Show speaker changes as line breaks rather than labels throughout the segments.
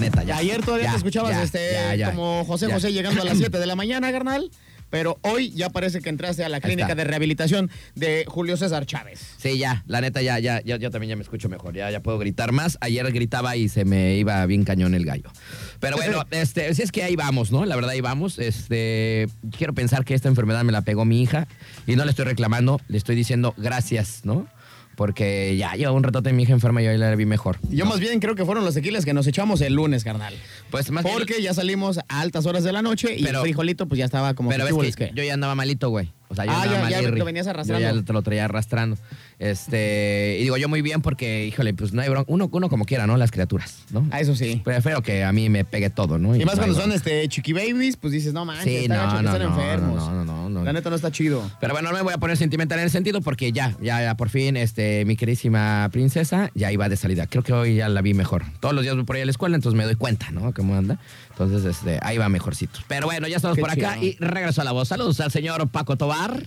neta, ya.
Ayer todavía
Ya,
te escuchabas
ya,
este,
ya, ya.
como José
Ya.
José llegando a las 7 de la mañana, carnal. Pero hoy ya parece que entraste a la clínica
está.
de rehabilitación de Julio César Chávez.
Sí, ya, la neta, ya, ya, ya, yo también ya me escucho mejor, ya, ya puedo gritar más. Ayer gritaba y se me iba bien cañón el gallo. Pero bueno, este, si es que ahí vamos, ¿no? La verdad, ahí vamos. Este, quiero pensar que esta enfermedad me la pegó mi hija y no le estoy reclamando, le estoy diciendo gracias, ¿no? Porque ya lleva un ratote mi hija enferma y hoy la vi mejor.
Yo más bien creo que fueron los tequiles que nos echamos el lunes, carnal.
Pues más bien-
Porque ya salimos a altas horas de la noche y
Pero-
el frijolito pues ya estaba como
Pero
que,
ves
"Chules,
que,
¿qué?".
yo ya andaba malito, güey. O sea, yo
Ah,
andaba
ya- ya
malirri.
lo venías arrastrando.
Yo ya lo- te lo traía arrastrando. Este, y digo yo muy bien porque, híjole, pues no hay bronca. Uno, uno como quiera, ¿no? Las criaturas, ¿no?
Ah, eso sí.
Prefiero que a mí me pegue todo, ¿no?
Y más
no hay
cuando son
bronca.
este chiqui babies, pues dices, no manches,
Sí,
está
no,
gacho que
no,
están
no,
enfermos.
no, no, no, no.
La neta no está chido.
Pero bueno, no me voy a poner sentimental en el sentido porque ya, ya, ya, por fin, este, mi querísima princesa ya iba de salida. Creo que hoy ya la vi mejor. Todos los días voy por ahí a la escuela, entonces me doy cuenta, ¿no? Cómo anda. Entonces, este, ahí va mejorcito. Pero bueno, ya estamos
Qué
por acá
chido. Ah,
y regreso a la voz. Saludos al señor Paco Tobar.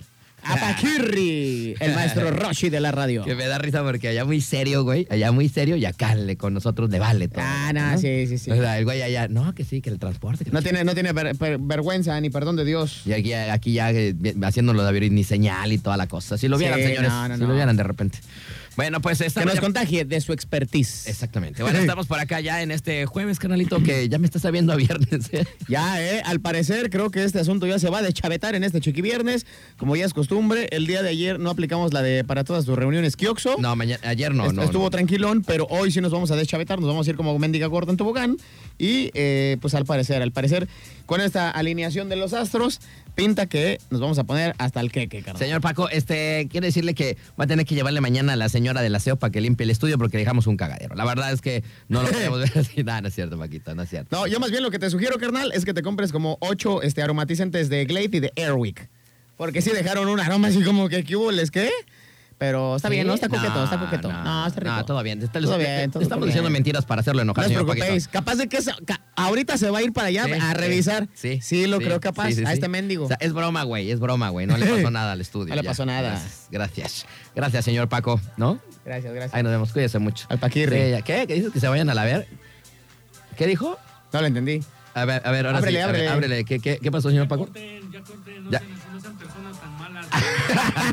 Apachirri, el maestro Roshi de la radio.
Que me da risa porque allá muy serio, güey. Allá muy serio y acá le- con nosotros le vale todo.
Ah, no, sí, sí, sí.
O sea, el güey allá, no, que sí, que el transporte. que
No tiene, no tiene ver- ver- vergüenza ni perdón de Dios.
Y aquí, aquí ya eh, haciéndolo de abrir ni señal y toda la cosa. Si lo
Sí,
vieran, señores.
no, no,
si
no.
lo vieran de repente. Bueno, pues
Que
estamos.
nos
ya-
contagie de su expertise.
Exactamente. Bueno, estamos por acá ya en este jueves, canalito, que ya me está sabiendo a viernes. ¿eh?
Ya, eh, al parecer creo que este asunto ya se va a deschavetar en este chiqui viernes. Como ya es costumbre, el día de ayer no aplicamos la de para todas tus reuniones Kioxo.
No, mañana, ayer no,
Est-
no.
Estuvo
no.
tranquilón, pero hoy sí nos vamos a deschavetar, nos vamos a ir como mendiga gorda en tobogán. Y eh, pues al parecer, al parecer, con esta alineación de los astros, pinta que nos vamos a poner hasta el queque, carnal.
Señor Paco, este, quiero decirle que va a tener que llevarle mañana a la señora del aseo para que limpie el estudio porque le dejamos un cagadero. La verdad es que no lo podemos ver así. No, no es cierto, Paquito, no es cierto.
No, yo más bien lo que te sugiero, carnal, es que te compres como ocho este, aromatizantes de Glade y de Airwick. Porque sí dejaron un aroma así como que, ¿qué hubo? ¿Les qué? Pero está bien, ¿no? Está coqueto, está coqueto. No, está rico.
No, todo bien. Está-
Todo bien, todo
estamos
bien.
diciendo mentiras para hacerlo
No
enojar,
os
señor Paquito.
preocupéis. Capaz de que se- ca- ahorita se va a ir para allá
Sí,
a
sí,
revisar. Sí,
Sí,
lo
sí,
creo capaz.
sí, sí,
a
sí.
este mendigo.
O sea, es broma, güey, es broma, güey. No le pasó nada al estudio.
No le
ya.
pasó nada.
Gracias, gracias. Gracias, señor Paco, ¿no?
gracias, gracias.
Ahí nos vemos, cuídese mucho.
Al Paquirri.
Sí, ya. ¿Qué? ¿Qué dices que se vayan a la ver? ¿Qué dijo?
No lo entendí.
A ver, a ver, ahora
Ábrele,
sí. a ver,
ábrele.
ábrele. ¿Qué, qué, qué pasó, señor Paco?
Corten, ya corten, no,
Ya.
Sean, no sean personas tan malas.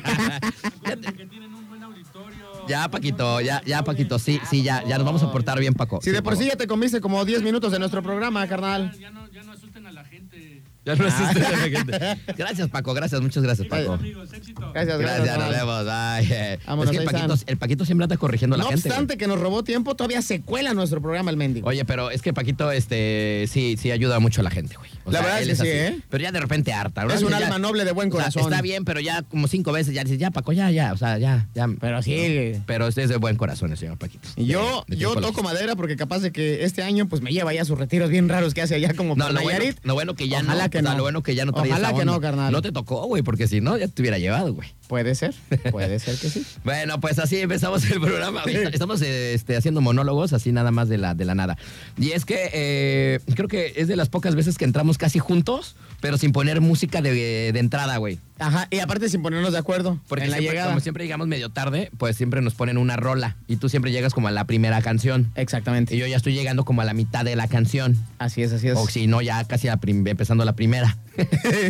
Recuerden que tienen un buen auditorio.
Ya, Paquito, ya, ya, Paquito, sí, sí, ya, ya nos vamos a portar bien, Paco.
Si de por sí ya te comiste como 10 minutos de nuestro programa, carnal.
Ya no, ya no asusten a la gente.
Ya no asustes
Ah.
a la gente. Gracias, Paco, gracias, muchas gracias, Paco.
Amigos, éxito.
Gracias, gracias.
Gracias, nos
carnal.
vemos. Ay, eh. es
Vámonos,
que el
ahí están.
Paquito, el Paquito siempre anda corrigiendo a la
No
gente. güey.
obstante que nos robó tiempo, todavía se cuela nuestro programa el mendigo.
Oye, pero es que Paquito, este, sí, sí ayuda mucho a la gente, güey. O
La verdad
él
es que sí,
así.
¿eh?
Pero ya de repente harta. ¿verdad?
Es un
Ya-
alma noble de buen
o sea,
corazón.
está bien, pero ya como cinco veces ya dices, ya, Paco, ya, ya, o sea, ya, ya.
Pero sí.
Pero este es de buen corazón el señor Paquito.
Y Yo,
De- de
yo
tiempo
toco
lo-
madera porque capaz de que este año pues me lleva ya a sus retiros bien raros que hace allá como
No,
por
lo bueno,
Nayarit.
lo bueno que ya
Ojalá
no.
que
o sea,
no.
Lo bueno que ya no trae
Ojalá
esa
que no,
onda.
carnal.
No te tocó, güey, porque si no, ya te hubiera llevado, güey.
Puede ser, puede ser que sí.
Bueno, pues así empezamos el programa. Oye, Estamos eh, este, haciendo monólogos así nada más de la, de la nada. Y es que eh, creo que es de las pocas veces que entramos casi juntos, pero sin poner música de, de entrada, güey.
Ajá, y aparte sin ponernos de acuerdo
Porque
en la
siempre-
llegada.
como siempre llegamos medio tarde, pues siempre nos ponen una rola. Y tú siempre llegas como a la primera canción.
Exactamente.
Y yo Oh, ya estoy llegando como a la mitad de la canción.
Así es, así es.
O si no, ya casi a la prim- empezando la primera.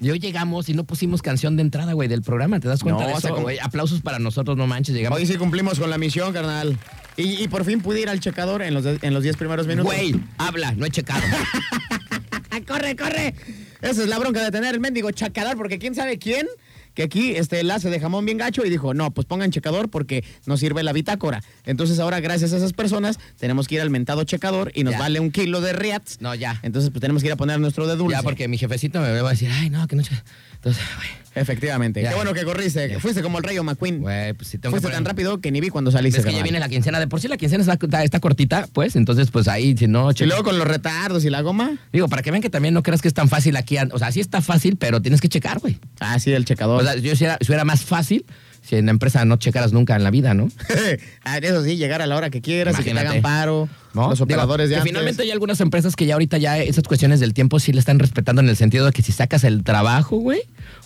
Y hoy llegamos y no pusimos canción de entrada, güey, del programa. ¿Te das cuenta
No,
de
o sea,
eso,
como-
güey? Aplausos para nosotros, no manches. Llegamos.
Hoy sí cumplimos con la misión, carnal. Y, y por fin pude ir al checador en los, de- en los 10 primeros minutos.
Güey, habla, no he checado.
¡Ah, corre, corre! Esa es la bronca de tener el mendigo chacador, porque quién sabe quién que aquí este enlace de jamón bien gacho y dijo, no, pues pongan checador porque nos sirve la bitácora. Entonces ahora, gracias a esas personas, tenemos que ir al mentado checador y nos
Ya.
vale un kilo de riats.
No, ya.
Entonces, pues tenemos que ir a poner nuestro de dulce.
Ya, porque mi jefecito me va a decir, ay, no, que no. che-". Entonces, güey,
Efectivamente.
Ya.
Qué bueno que corriste. que
Ya.
Fuiste como el rayo McQueen.
güey, pues sí tengo
Fuiste
que
tan
poner-
rápido que ni vi cuando saliste.
Es que ya
carnal.
viene la quincena. De por sí la quincena está, está- está cortita, pues. Entonces, pues ahí, si no,
Y
che-
luego con los retardos y la goma.
Digo, para que vean que también no creas que es tan fácil aquí. an- O sea, sí está fácil, pero tienes que checar, güey.
Ah, sí, el checador.
O sea, yo si era, si era más fácil si en la empresa no checaras nunca en la vida, ¿no?
Ah, Eso sí, llegar a la hora que quieras y que te
Imagínate.
hagan paro.
¿No?
Los
Digo,
operadores
que
de antes.
Finalmente hay algunas empresas que ya ahorita ya esas cuestiones del tiempo sí le están respetando en el sentido de que si sacas el trabajo, güey,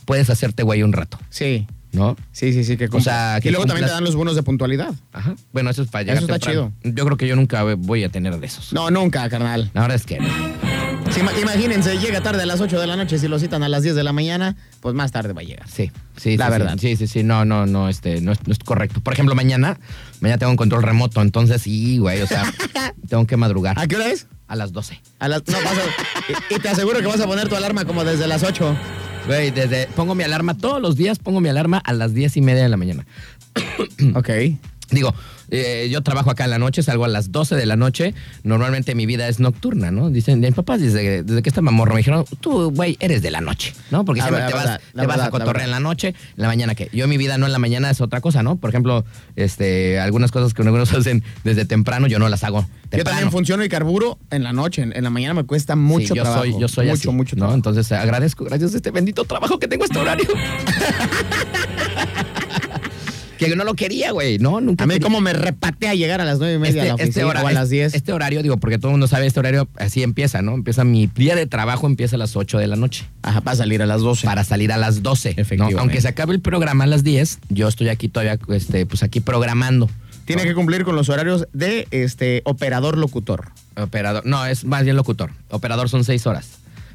puedes hacerte güey un rato.
Sí.
¿no?
Sí, sí, sí, que cumpla.
sea, que
y luego también
cumplas-
te dan los bonos de puntualidad.
Ajá. Bueno, eso es para llegar
Eso está
temprano. Yo creo que yo nunca voy a tener de esos.
No, nunca, carnal.
La verdad es que no.
Si ima- imagínense, llega tarde a las 8 de la noche, si lo citan a las 10 de la mañana, pues más tarde va a llegar.
Sí, sí,
La
sí, sí.
verdad.
Sí, sí, sí, no, no, no, este, no es, no es correcto. Por ejemplo, mañana, mañana tengo un control remoto, entonces sí, güey, o sea, tengo que madrugar
¿A qué hora es?
a las 12.
A las, no, vas a- y, y te aseguro que vas a poner tu alarma como desde las 8.
Güey, desde, pongo mi alarma todos los días, pongo mi alarma a las 10 y media de la mañana.
Ok.
Digo, eh, yo trabajo acá en la noche, salgo a las 12 de la noche. Normalmente mi vida es nocturna, ¿no? Dicen, mis papás, desde, desde que esta mamorra me dijeron, tú, güey, eres de la noche, ¿no? Porque
La
siempre
verdad,
te, vas,
la verdad,
te vas
la
a cotorrear
verdad.
en la noche, en la mañana qué. Yo mi vida no en la mañana es otra cosa, ¿no? Por ejemplo, este, algunas cosas que algunos hacen desde temprano, yo no las hago.
Yo
temprano.
también funciono y carburo en la noche. En, en la mañana me cuesta
Sí,
mucho
yo
trabajo.
Soy, yo soy
mucho,
así,
mucho
¿no?
trabajo.
Entonces agradezco, gracias a este bendito trabajo que tengo a este horario. que no lo quería, güey. No, nunca
A mí
quería.
cómo me repatea llegar a las 9 y media a la oficina
Este- hora-
o a las 10.
Este horario, digo, porque todo el mundo sabe, este horario así empieza, ¿no? Empieza mi día de trabajo, empieza a las 8 de la noche.
Ajá, va a salir a las 12.
Para salir a las 12. ¿no?
Efectivamente.
Aunque se acabe el programa a las 10, yo estoy aquí todavía, este, pues aquí programando.
Tiene que cumplir con los horarios de este operador locutor.
Operador. No, es más bien locutor. Operador son 6 horas.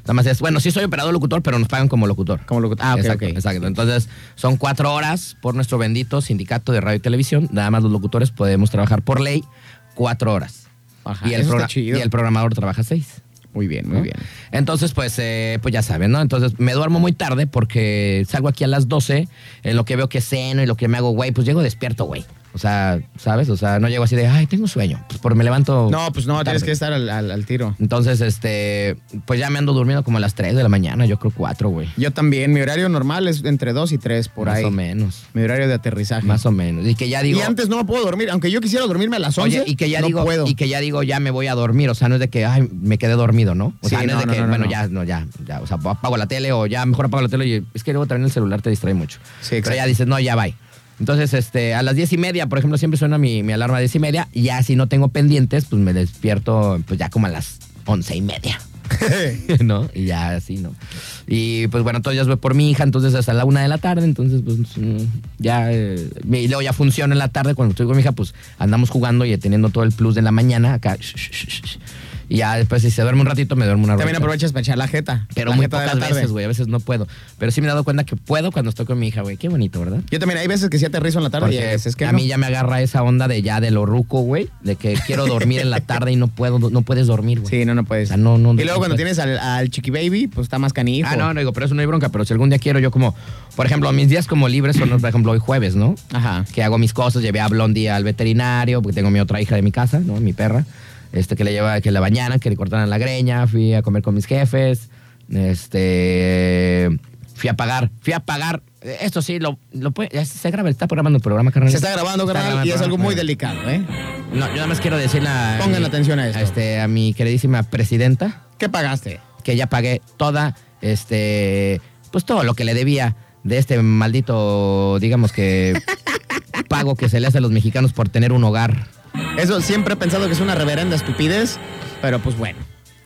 Nada más es, bueno, sí soy operador locutor, pero nos pagan como locutor.
Como locutor. Ah, ok,
exacto,
ok.
exacto. Entonces, son cuatro horas por nuestro bendito sindicato de radio y televisión. Nada más los locutores podemos trabajar por ley cuatro horas.
Ajá,
y, el
eso está
progra-
chido.
y el programador trabaja seis.
Muy bien, muy
¿no?
bien.
Entonces, pues, eh, pues ya saben, ¿no? Entonces me duermo muy tarde porque salgo aquí a las 12, en lo que veo que ceno y lo que me hago, güey, pues llego despierto, güey. O sea, ¿sabes? O sea, no llego así de, ay, tengo sueño. Pues porque me levanto.
No, pues no, tienes
tarde.
que estar al, al- al tiro.
Entonces, este, pues ya me ando durmiendo como a las 3 de la mañana, yo creo 4, güey.
Yo también, mi horario normal es entre 2 y 3 por
más
ahí.
o menos.
Mi horario de aterrizaje.
Más o menos. Y que ya digo.
y antes no me puedo dormir, aunque yo quisiera dormirme a las 11.
Oye, y que ya
no
digo,
puedo.
y que ya digo, ya me voy a dormir, o sea, no es de que, ay, me quedé dormido, ¿no? O
Sí,
sea, no,
no,
es de
no,
que,
no, no,
bueno,
no.
ya, no, ya, ya, o sea, apago la tele o ya mejor apago la tele y es que luego también el celular te distrae mucho.
Sí,
Pero
exacto.
ya dices, no, ya va. Entonces, este, a las diez y media, por ejemplo, siempre suena mi, mi alarma a diez y media y ya si no tengo pendientes, pues me despierto, pues ya como a las once y media. ¿No? Y ya así, ¿no? Y pues bueno, entonces ya voy por mi hija, entonces hasta la una de la tarde, entonces pues mm, ya. eh, y luego ya funciona en la tarde, cuando estoy con mi hija, pues andamos jugando y teniendo todo el plus de la mañana acá. sh- sh- sh- sh. Y ya después, si se duerme un ratito, me duermo una
También
horita.
aprovechas para echar la jeta.
Pero
la
muy
jeta de la
pocas
tarde.
veces, güey, a veces no puedo. Pero sí me he dado cuenta que puedo cuando estoy con mi hija, güey. Qué bonito, ¿verdad?
Yo también, hay veces que sí aterrizo en la tarde y hay
Porque
veces que
a
no.
mí ya me agarra esa onda de ya de lo ruco, güey, de que quiero dormir en la tarde y no puedo, no puedes dormir, güey.
Sí, no, no puedes.
O sea, no, no,
y luego
no
cuando
puedes.
tienes al, al chiqui baby, pues está más canijo.
Ah, no, no digo, pero eso no hay bronca, pero si algún día quiero yo como, por ejemplo, mis días como libres son, por ejemplo, hoy jueves, ¿no?
Ajá.
Que hago mis cosas, llevé a Blondie al veterinario, porque tengo mi otra hija de mi casa, ¿no? Mi perra, este que le lleva, que la bañaran, que le cortaran la greña, fui a comer con mis jefes, este, fui a pagar, fui a pagar, esto sí, lo, lo puede, ya se graba, está programando el programa, carnal.
Se está grabando, carnal,
grabando ah,
y
el
es algo
programa.
muy delicado, ¿eh?
No, yo nada más quiero decirle a...
Pongan
mi-
atención a esto.
este, a mi queridísima presidenta,
¿Qué pagaste?
que ya pagué toda, este, pues todo lo que le debía de este maldito, digamos que, pago que se le hace a los mexicanos por tener un hogar.
Eso siempre he pensado que es una reverenda estupidez, pero pues bueno.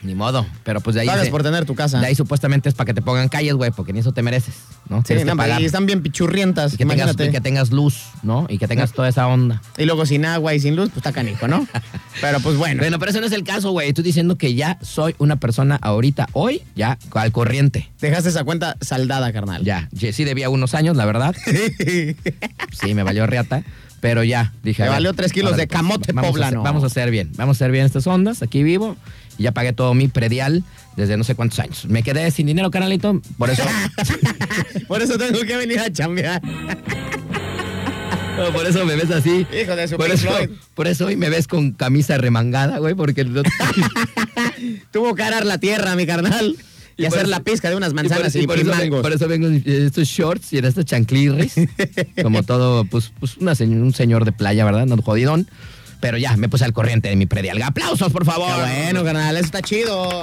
Ni modo, pero pues de ahí,
Pagas
se-
por tener tu casa.
de ahí supuestamente es para que te pongan calles, güey, porque ni eso te mereces, ¿no?
Sí,
Tienes que
no,
pagar.
y están bien pichurrientas,
Este, Y que, tengas,
imagínate.
y que tengas luz, ¿no? Y que tengas toda esa onda.
Y luego sin agua y sin luz, pues está canijo, ¿no? Pero pues bueno.
Bueno, pero ese no es el caso, güey. Estoy diciendo que ya soy una persona ahorita, hoy, ya al corriente.
Dejaste esa cuenta saldada, carnal.
Ya, Ye- sí debía unos años, la verdad. Sí, me valió riata. Pero ya, dije.
Me
a ver,
valió tres kilos
órale, pues,
de camote
vamos a
poblano.
hacer- vamos a hacer bien. Vamos a hacer bien estas ondas. Aquí vivo. Y ya pagué todo mi predial desde no sé cuántos años. Me quedé sin dinero, canalito. Por eso,
Por eso tengo que venir a chambear.
por eso me ves así.
Hijo de su
Por
Pink
eso,
Floyd.
por eso hoy me ves con camisa remangada, güey, porque no-
Tuvo que arar la tierra, mi carnal. Y,
Y por
hacer
eso-
la pizca de unas
y por,
manzanas
y
y,
por eso,
mangos.
por eso vengo en estos shorts y en estos chanclirris. como todo, pues, pues una se- un señor de playa, ¿verdad? No jodidón. Pero ya, me puse al corriente de mi predial. ¡Aplausos, por favor!
Qué bueno, carnal, eso está chido.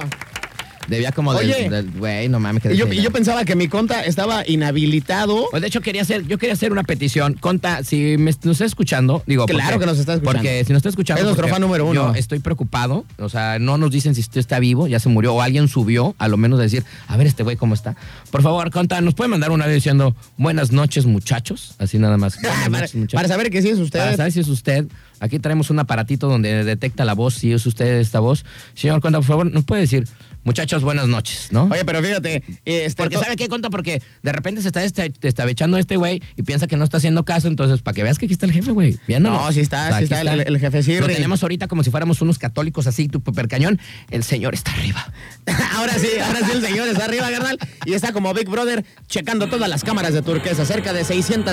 Debía como del-
Oye.
del. Güey, no mames. que
Y yo,
desde-
y yo pensaba que mi conta estaba inhabilitado.
Pues de hecho quería hacer, yo quería hacer una petición. Conta, si me, nos está escuchando, digo,
Claro
porque-
que nos está escuchando.
Porque si nos está escuchando,
Es nuestro
porque
fan número uno.
Yo estoy preocupado, o sea, no nos dicen si usted está vivo, ya se murió o alguien subió, a lo menos decir, a ver este güey cómo está. Por favor, Conta, nos puede mandar una vez diciendo buenas noches muchachos, así nada más. Buenas
para,
noches, muchachos.
para saber que sí es usted.
Para saber si es usted. Aquí traemos un aparatito donde detecta la voz, si es usted esta voz. Señor Conta, por favor, nos puede decir, muchachos, buenas noches, ¿no?
Oye, pero fíjate. este,
Porque
to-
¿sabe qué cuenta? Porque de repente se está este, te estabechando este güey y piensa que no está haciendo caso, entonces para que veas que aquí está el jefe, güey. viéndolo.
No, sí está, sí
aquí
está el- el jefe sirve.
Lo tenemos ahorita como si fuéramos unos católicos así, tu cañón. El señor está arriba.
ahora sí, ahora sí el señor está arriba, carnal. Y está como Big Brother checando todas las cámaras de turquesa. Cerca de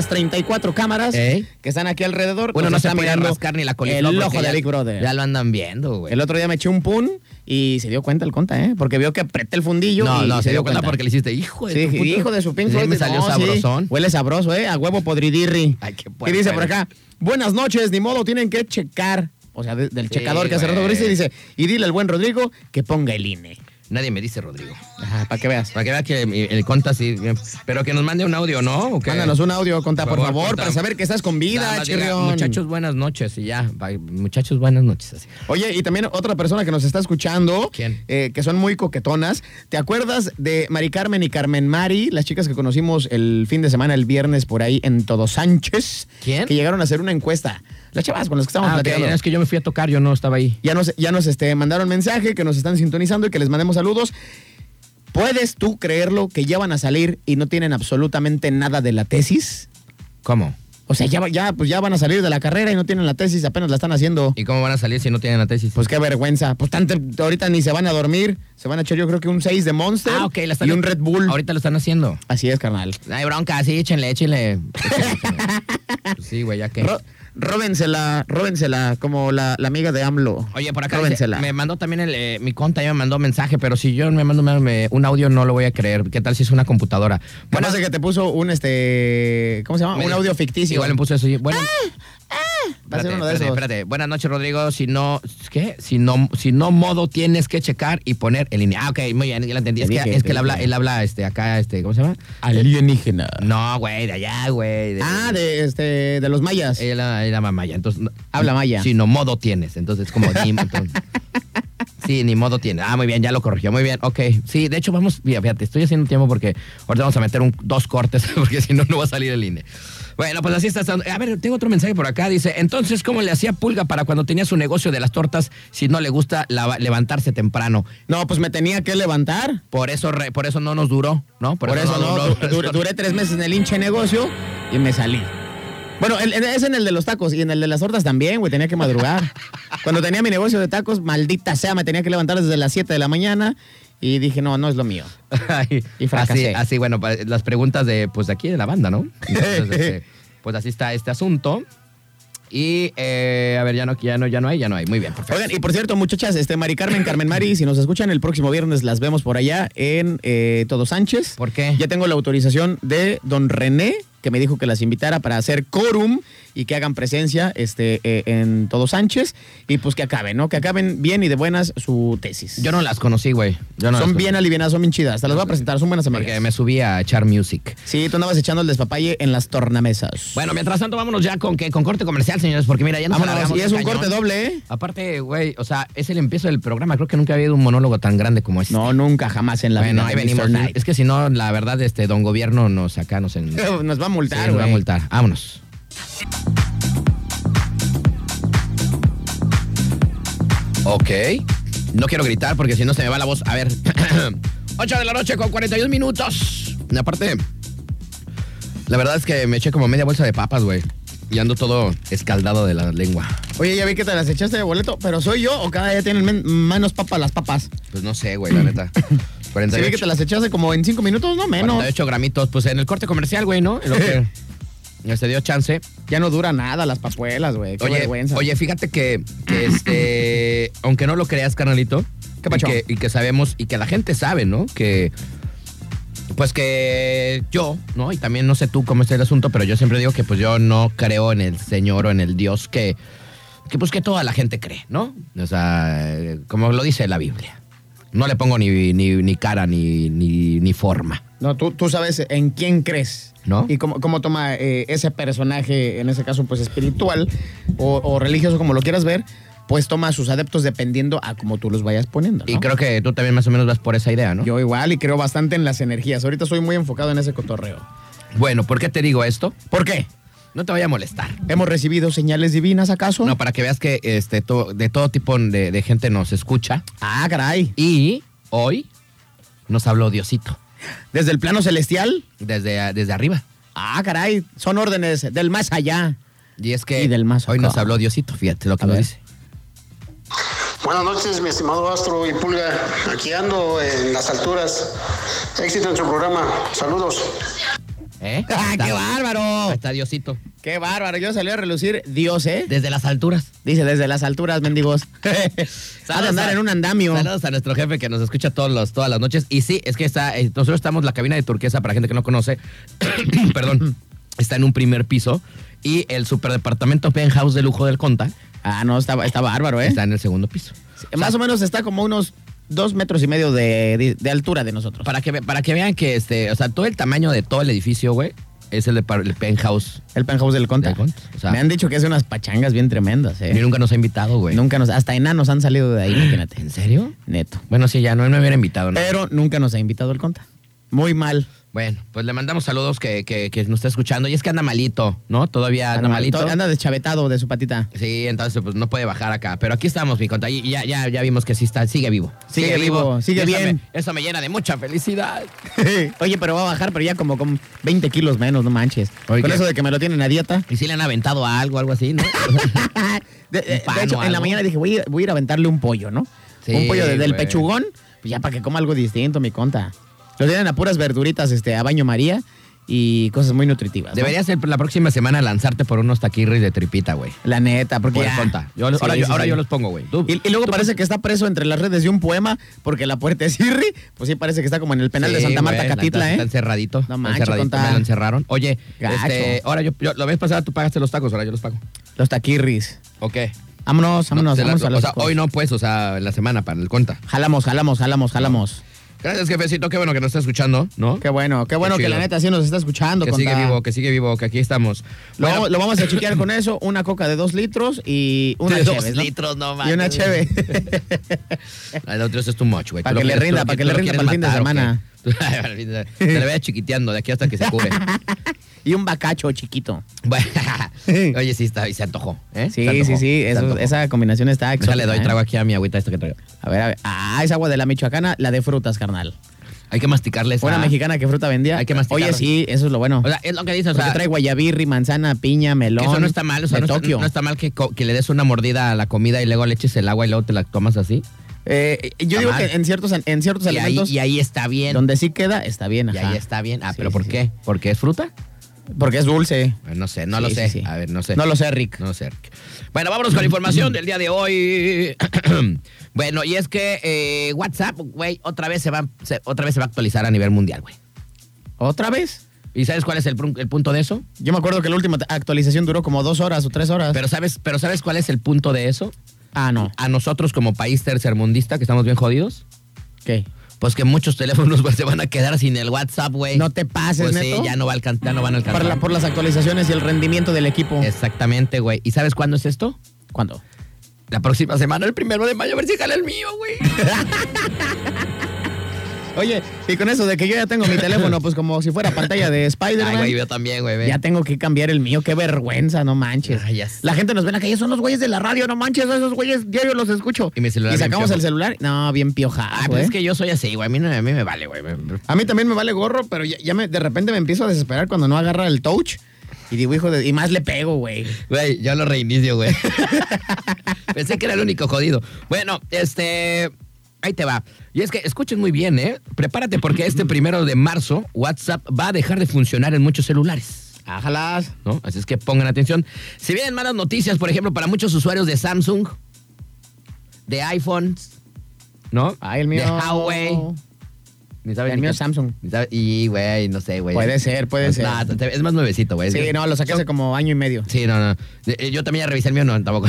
634 cámaras
Ey.
que están aquí alrededor.
Bueno,
Nos
no se
Pues está
puede
mirando
rascar ni la colita.
El ojo de Big Brother.
Ya lo andan viendo, güey.
El otro día me eché un pun y se dio cuenta el conta, ¿eh? Porque vio que apreté el fundillo.
No,
y
no,
y
se dio cuenta porque le hiciste, hijo de
Sí,
tu puta-
hijo de su Pink
Sí,
Floyd.
me salió
No, sí.
sabrosón.
Huele sabroso, ¿eh? A huevo podridirri.
Ay, qué
Y
bueno,
dice por
bueno.
acá, buenas noches, ni modo, tienen que checar. O sea, de- del
Sí,
checador que hace rato
güey.
abriste, dice, y dile al buen Rodrigo que ponga el INE.
Nadie me dice, Rodrigo.
Ajá, para que veas.
Para que vea que mi- el conta sí. bien. Pero que nos mande un audio, ¿no? ¿O qué?
Mándanos un audio, conta, por
Por
favor,
favor, conta.
para saber que estás con
Nada
vida,
más diga,
chirrión.
Muchachos, buenas noches y ya. va, Muchachos, buenas noches. Así.
Oye, y también otra persona que nos está escuchando,
¿Quién?
eh, que son muy coquetonas. ¿Te acuerdas de Mari Carmen y Carmen Mari, las chicas que conocimos el fin de semana, el viernes por ahí en Todo Sánchez?
¿Quién?
Que llegaron a hacer una encuesta. Las chavas con las que estamos
Ah, ok,
platicando.
es que yo me fui a tocar, yo no estaba ahí.
Ya nos, ya nos este, mandaron mensaje que nos están sintonizando y que les mandemos saludos. ¿Puedes tú creerlo que ya van a salir y no tienen absolutamente nada de la tesis?
¿Cómo?
O sea, ya, va- ya, pues ya van a salir de la carrera y no tienen la tesis, apenas la están haciendo.
¿Y cómo van a salir si no tienen la tesis?
Pues qué vergüenza. Pues tanto, ahorita ni se van a dormir. Se van a echar yo creo que un 6 de Monster
ah, ok, la están
y un Red Bull.
Ahorita lo están haciendo.
Así es, carnal.
Ay, bronca, sí, échenle, échenle. Échenle, échenle. Pues sí, güey, ya que.
Ro- róbensela, róbensela, como la, la amiga de AMLO.
Oye, por acá dice,
Róbensela.
me mandó también el, eh, mi conta, ya me mandó mensaje, pero si yo me mando me- me- un audio no lo voy a creer. ¿Qué tal si es una computadora?
Bueno, que te puso un este. ¿Cómo se llama?
me-
un audio ficticio.
Igual me puso eso. y- Bueno,
Va a ser
Espérate,
uno de
espérate,
esos.
espérate. Buenas noches, Rodrigo. Si no, ¿qué? Si no, si no modo tienes que checar y poner en línea. Ah, ok, muy bien, ya lo entendí.
Te
Es que,
dije,
es
te
que él habla,
dije.
él habla este, acá, este, ¿cómo se llama?
Alienígena.
No, güey, de allá, güey. de-
Ah, de este de los mayas.
Ella era, era maya, entonces... no-
Habla maya.
Sí, no, modo tienes, entonces como... ni- entonces- sí, ni modo tienes. Ah, muy bien, ya lo corrigió, muy bien, ok. Sí, de hecho vamos, mira, fíjate, estoy haciendo tiempo porque ahorita vamos a meter un- dos cortes porque si no, no va a salir el INE. Bueno, pues así está. estando- A ver, tengo otro mensaje por acá. Dice, entonces, ¿cómo le hacía Pulga para cuando tenía su negocio de las tortas si no le gusta lava- levantarse temprano?
No, pues me tenía que levantar.
Por eso, re- por eso no nos duró, ¿no?
Por, eso, no,
duró.
du- duré, duré tres meses en el hinche negocio y me salí. Bueno, el- el- es en el de los tacos y en el de las tortas también, güey, tenía que madrugar. Cuando tenía mi negocio de tacos, maldita sea, me tenía que levantar desde las 7 de la mañana y dije, no, no es lo mío.
Ay,
Y fracasé.
Así, así, bueno, pa- las preguntas de, pues, de aquí de la banda, ¿no? Entonces, este, pues así está este asunto. Y, eh, a ver, ya no, ya no, ya no hay, ya no hay. Muy bien, perfecto.
Oigan, y por cierto, muchachas, este Mari Carmen, Carmen Mari, si nos escuchan el próximo viernes, las vemos por allá en eh, Todo Sánchez.
¿Por qué?
Ya tengo la autorización de don René, que me dijo que las invitara para hacer quórum y que hagan presencia este, eh, en Todo Sánchez. Y pues que acaben, ¿no? Que acaben bien y de buenas su tesis.
Yo no las conocí, güey. Yo no las
son bien
conocí.
aliviadas, son bien chidas. Te las voy a presentar, son buenas amigas.
Porque me subí a echar music.
Sí, tú andabas echando el despapalle en las tornamesas.
Bueno, mientras tanto, vámonos ya con, que, con corte comercial, señores, porque mira, ya nos
Vámonos,
alargamos
y es un
cañón.
corte doble, ¿eh?
Aparte, güey, o sea, es el empiezo del programa. Creo que nunca había habido un monólogo tan grande como este.
No, nunca, jamás en la
bueno,
vida
ahí
de Mr.
venimos.
Knight.
Es que si no, la verdad, este, don gobierno nos acá, nos, en, sí,
Nos va a multar,
nos va a
güey.
multar. Vámonos. Ok. No quiero gritar porque si no se me va la voz. A ver. 8 de la noche con 41 minutos. Y Aparte, la verdad es que me eché como media bolsa de papas, güey. Y ando todo escaldado de la lengua.
Oye, ya vi que te las echaste de boleto, pero ¿soy yo o cada día tienen men- menos papas las papas?
Pues no sé, güey, la neta.
Se vi que te
48,
las echaste como en cinco minutos, no menos.
48 gramitos. Pues en el corte comercial, güey, ¿no? En lo que se dio chance.
Ya no dura nada las papuelas, güey. Qué
Oye,
vergüenza.
oye, fíjate que, que, este, aunque no lo creas, carnalito,
¿Qué pacho?
Y, que, y que sabemos, y que la gente sabe, ¿no? Que, pues que yo, ¿no? Y también no sé tú cómo está el asunto, pero yo siempre digo que pues yo no creo en el Señor o en el Dios que, que pues que toda la gente cree, ¿no? O sea, eh, como lo dice la Biblia. No le pongo ni, ni, ni cara ni, ni, ni forma.
No, tú, tú sabes en quién crees.
¿No?
Y cómo, cómo toma eh, ese personaje, en ese caso, pues espiritual o, o religioso, como lo quieras ver, pues toma a sus adeptos dependiendo a cómo tú los vayas poniendo. ¿no?
Y creo que tú también más o menos vas por esa idea, ¿no?
Yo igual y creo bastante en las energías. Ahorita soy muy enfocado en ese cotorreo.
Bueno, ¿por qué te digo esto?
¿Por qué?
No te vaya a molestar.
¿Hemos recibido señales divinas acaso?
No, para que veas que este, to- de todo tipo de, de gente nos escucha.
Ah, caray.
Y hoy nos habló Diosito.
¿Desde el plano celestial?
Desde, desde arriba.
Ah, caray. Son órdenes del más allá.
Y es que
Y del más
hoy
acá.
nos habló Diosito, fíjate lo que
A
nos
ver.
dice.
Buenas noches, mi estimado Astro y Pulga. Aquí ando en las alturas. Éxito en su programa. Saludos.
¿Eh?
¡Ah,
Está-
qué
Ahí
bárbaro!
está Diosito.
¡Qué bárbaro! Yo salió a relucir Dios, ¿eh?
Desde las alturas.
Dice desde las alturas, mendigos. ha de
Saludos
andar
a-
en un andamio.
Saludos a nuestro jefe que nos escucha todos los, todas las noches. Y sí, es que está, eh, nosotros estamos en la cabina de turquesa, para gente que no conoce, perdón, está en un primer piso. Y el superdepartamento penthouse de lujo del Conta
Ah, no, está, está bárbaro, ¿eh?
está en el segundo piso.
Más o menos está como unos dos metros y medio de, de- de altura de nosotros.
Para que, ve- para que vean que este, o sea, todo el tamaño de todo el edificio, güey, es el, de, par- el penthouse.
El penthouse del Conta.
Del Conta, o sea.
Me han dicho que hace unas pachangas bien tremendas, ¿eh?
Y nunca nos ha invitado, güey.
Nunca nos... Hasta enanos han salido de ahí, imagínate.
¿En serio?
Neto.
Bueno, sí, ya no él me
Eh.
hubiera invitado, ¿no?
Pero nunca nos ha invitado el Conta. Muy mal.
Bueno, pues le mandamos saludos que, que- que nos está escuchando. Y es que anda malito, ¿no? Todavía anda, malito.
to- Anda deschavetado de su patita.
Sí, entonces pues no puede bajar acá. Pero aquí estamos, mi conta. Y ya, ya, ya vimos que sí está, sigue vivo.
Sigue vivo,
Y
sigue
eso
bien.
me- eso me llena de mucha felicidad.
Oye, pero va a bajar, pero ya como con 20 kilos menos, no manches.
Oye,
con
¿qué?
eso de que me lo tienen a dieta.
Y si le han aventado a algo, algo así, ¿no?
De, de- de
pan
hecho,
o
en la
algo.
mañana dije, voy, a ir- voy a ir a aventarle un pollo, ¿no?
Sí,
un pollo de- del
güey.
pechugón, pues ya para que coma algo distinto, mi conta. Lo tienen a puras verduritas, este, a baño María y cosas muy nutritivas. ¿no?
Deberías el- la próxima semana lanzarte por unos taquirris de tripita, güey.
La neta, porque
Por
ya-
conta. Yo los-
Sí,
ahora yo,
sí,
ahora
sí.
yo los pongo, güey. Tú-
Y, y luego parece que está preso entre las redes de un poema, porque la puerta es Irri, pues sí parece que está como en el penal de
Sí,
Santa Marta,
güey,
Catitla,
está- Está
¿eh?
encerradito.
No
No
manches,
manches, encerradito,
conta.
me lo encerraron. Oye,
Gacho.
este, ahora yo, yo- la vez pasada tú pagaste los tacos, ahora yo los pago.
Los taquirris.
¿O qué?
Vámonos, vámonos,
de la-
vámonos a
o
los
sea, hoy no, pues, o sea, en la semana para el conta.
Jalamos, jalamos, jalamos, jalamos.
Gracias, jefecito. Qué bueno que nos está escuchando, ¿no?
Qué bueno, qué bueno que
chido.
la neta sí nos está escuchando.
que sigue
conta.
vivo, que sigue vivo, que aquí estamos.
Lo,
Bueno,
vamos- lo vamos a chequear con eso, una coca de dos litros y una
de
cheve,
dos
¿no?
litros, no
Y
mames.
una cheve.
Ay, no, tres es too much, güey.
Pa'
Tú lo
que le
quieres- tú
rinda,
lo
pa'
qui-
que
tú
le
lo
rinda
quieres
pa'l fin de
matar, ¿o qué? Al fin de- Se le vea chiquiteando de aquí hasta que se cure.
y un bacacho chiquito.
Bueno, oye, sí, está, y se antojó, ¿eh?
Sí,
Se antojó,
sí, sí,
se
eso-
antojó.
esa combinación está
O sea,
excelente.
le doy trago aquí a mi agüita esta que traigo.
A ver, a ver. Ah, es agua de la michoacana, la de frutas, carnal.
Hay que ¿ah? masticarle esa.
Una mexicana que fruta vendía.
Hay que masticar.
Oye, sí, eso es lo bueno.
O sea, es lo que dices, o
Porque
sea,
trae guayabirri, manzana, piña, melón.
que eso no está mal, o sea, no
de
está,
Tokio.
no está mal que, co- que le des una mordida a la comida y luego le eches el agua y luego te la tomas así.
Eh, yo
Está
digo
mal.
que en ciertos, en ciertos
Y ahí,
alimentos,
y ahí está bien.
donde sí queda, está bien.
Y
ajá.
ahí está bien. Ah,
Sí,
pero
sí,
¿por
sí.
qué? ¿Porque es fruta?
Porque es dulce.
Pues no sé, no lo
Sí,
sé.
sí, sí.
A ver, no sé.
No lo sé, Rick.
No sé. Bueno, vámonos con la información del día de hoy. bueno, y es que eh, WhatsApp, güey, otra vez se va, se- otra vez se va a actualizar a nivel mundial, güey.
¿Otra vez?
¿Y sabes cuál es el, prun- el punto de eso?
Yo me acuerdo que la última actualización duró como dos horas o tres horas.
Pero sabes, pero sabes cuál es el punto de eso?
ah, no.
A nosotros como país tercermundista, que estamos bien jodidos,
¿Qué?
pues que muchos teléfonos güey, se van a quedar sin el WhatsApp, güey.
No te pases,
Pues sí,
Neto.
ya no, va a alcan- ya no van a alcanzar.
Para la- por las actualizaciones y el rendimiento del equipo.
Exactamente, güey. ¿Y sabes cuándo es esto?
¿Cuándo?
La próxima semana, el primero de mayo, a ver si jala el mío, güey.
Oye, y con eso de que yo ya tengo mi teléfono, pues como si fuera pantalla
Ay,
de
güey,
Spider-Man.
yo también, güey. ve.
Ya tengo que cambiar el mío, qué vergüenza, no manches.
Ay, ya sé.
La gente nos ve en la calle, son los güeyes de la radio, no manches, esos güeyes diario los escucho.
Y mi celular bien
sacamos
piojo.
el celular, no, bien ¿eh? pioja.
Ah, pues es que yo soy así, güey. A mí, no- a mí me vale, güey. Me- me-
A mí también me vale gorro, pero ya, ya me, de repente me empiezo a desesperar cuando no agarra el touch. Y digo, hijo de... Y más le pego, güey.
Güey, yo lo reinicio, güey. Pensé que era el único jodido. Bueno, este. Ahí te va. Y es que escuchen muy bien, ¿eh? Prepárate porque este primero de marzo WhatsApp va a dejar de funcionar en muchos celulares.
Ájalas.
¿No? Así es que pongan atención. Si vienen malas noticias, por ejemplo, para muchos usuarios de Samsung, de iPhones, ¿no?
Ay, el mío...
De Huawei. Ni sabes
El
ni
mío
qué-
es Samsung.
ni sabes- Y, güey, no sé, güey.
Puede ser, puede
No,
ser.
no, te- es más nuevecito, güey. Es
Sí,
que-
no, lo saqué hace como año y medio.
Sí, no, no. Eh, Yo también ya revisé el mío, no, tampoco.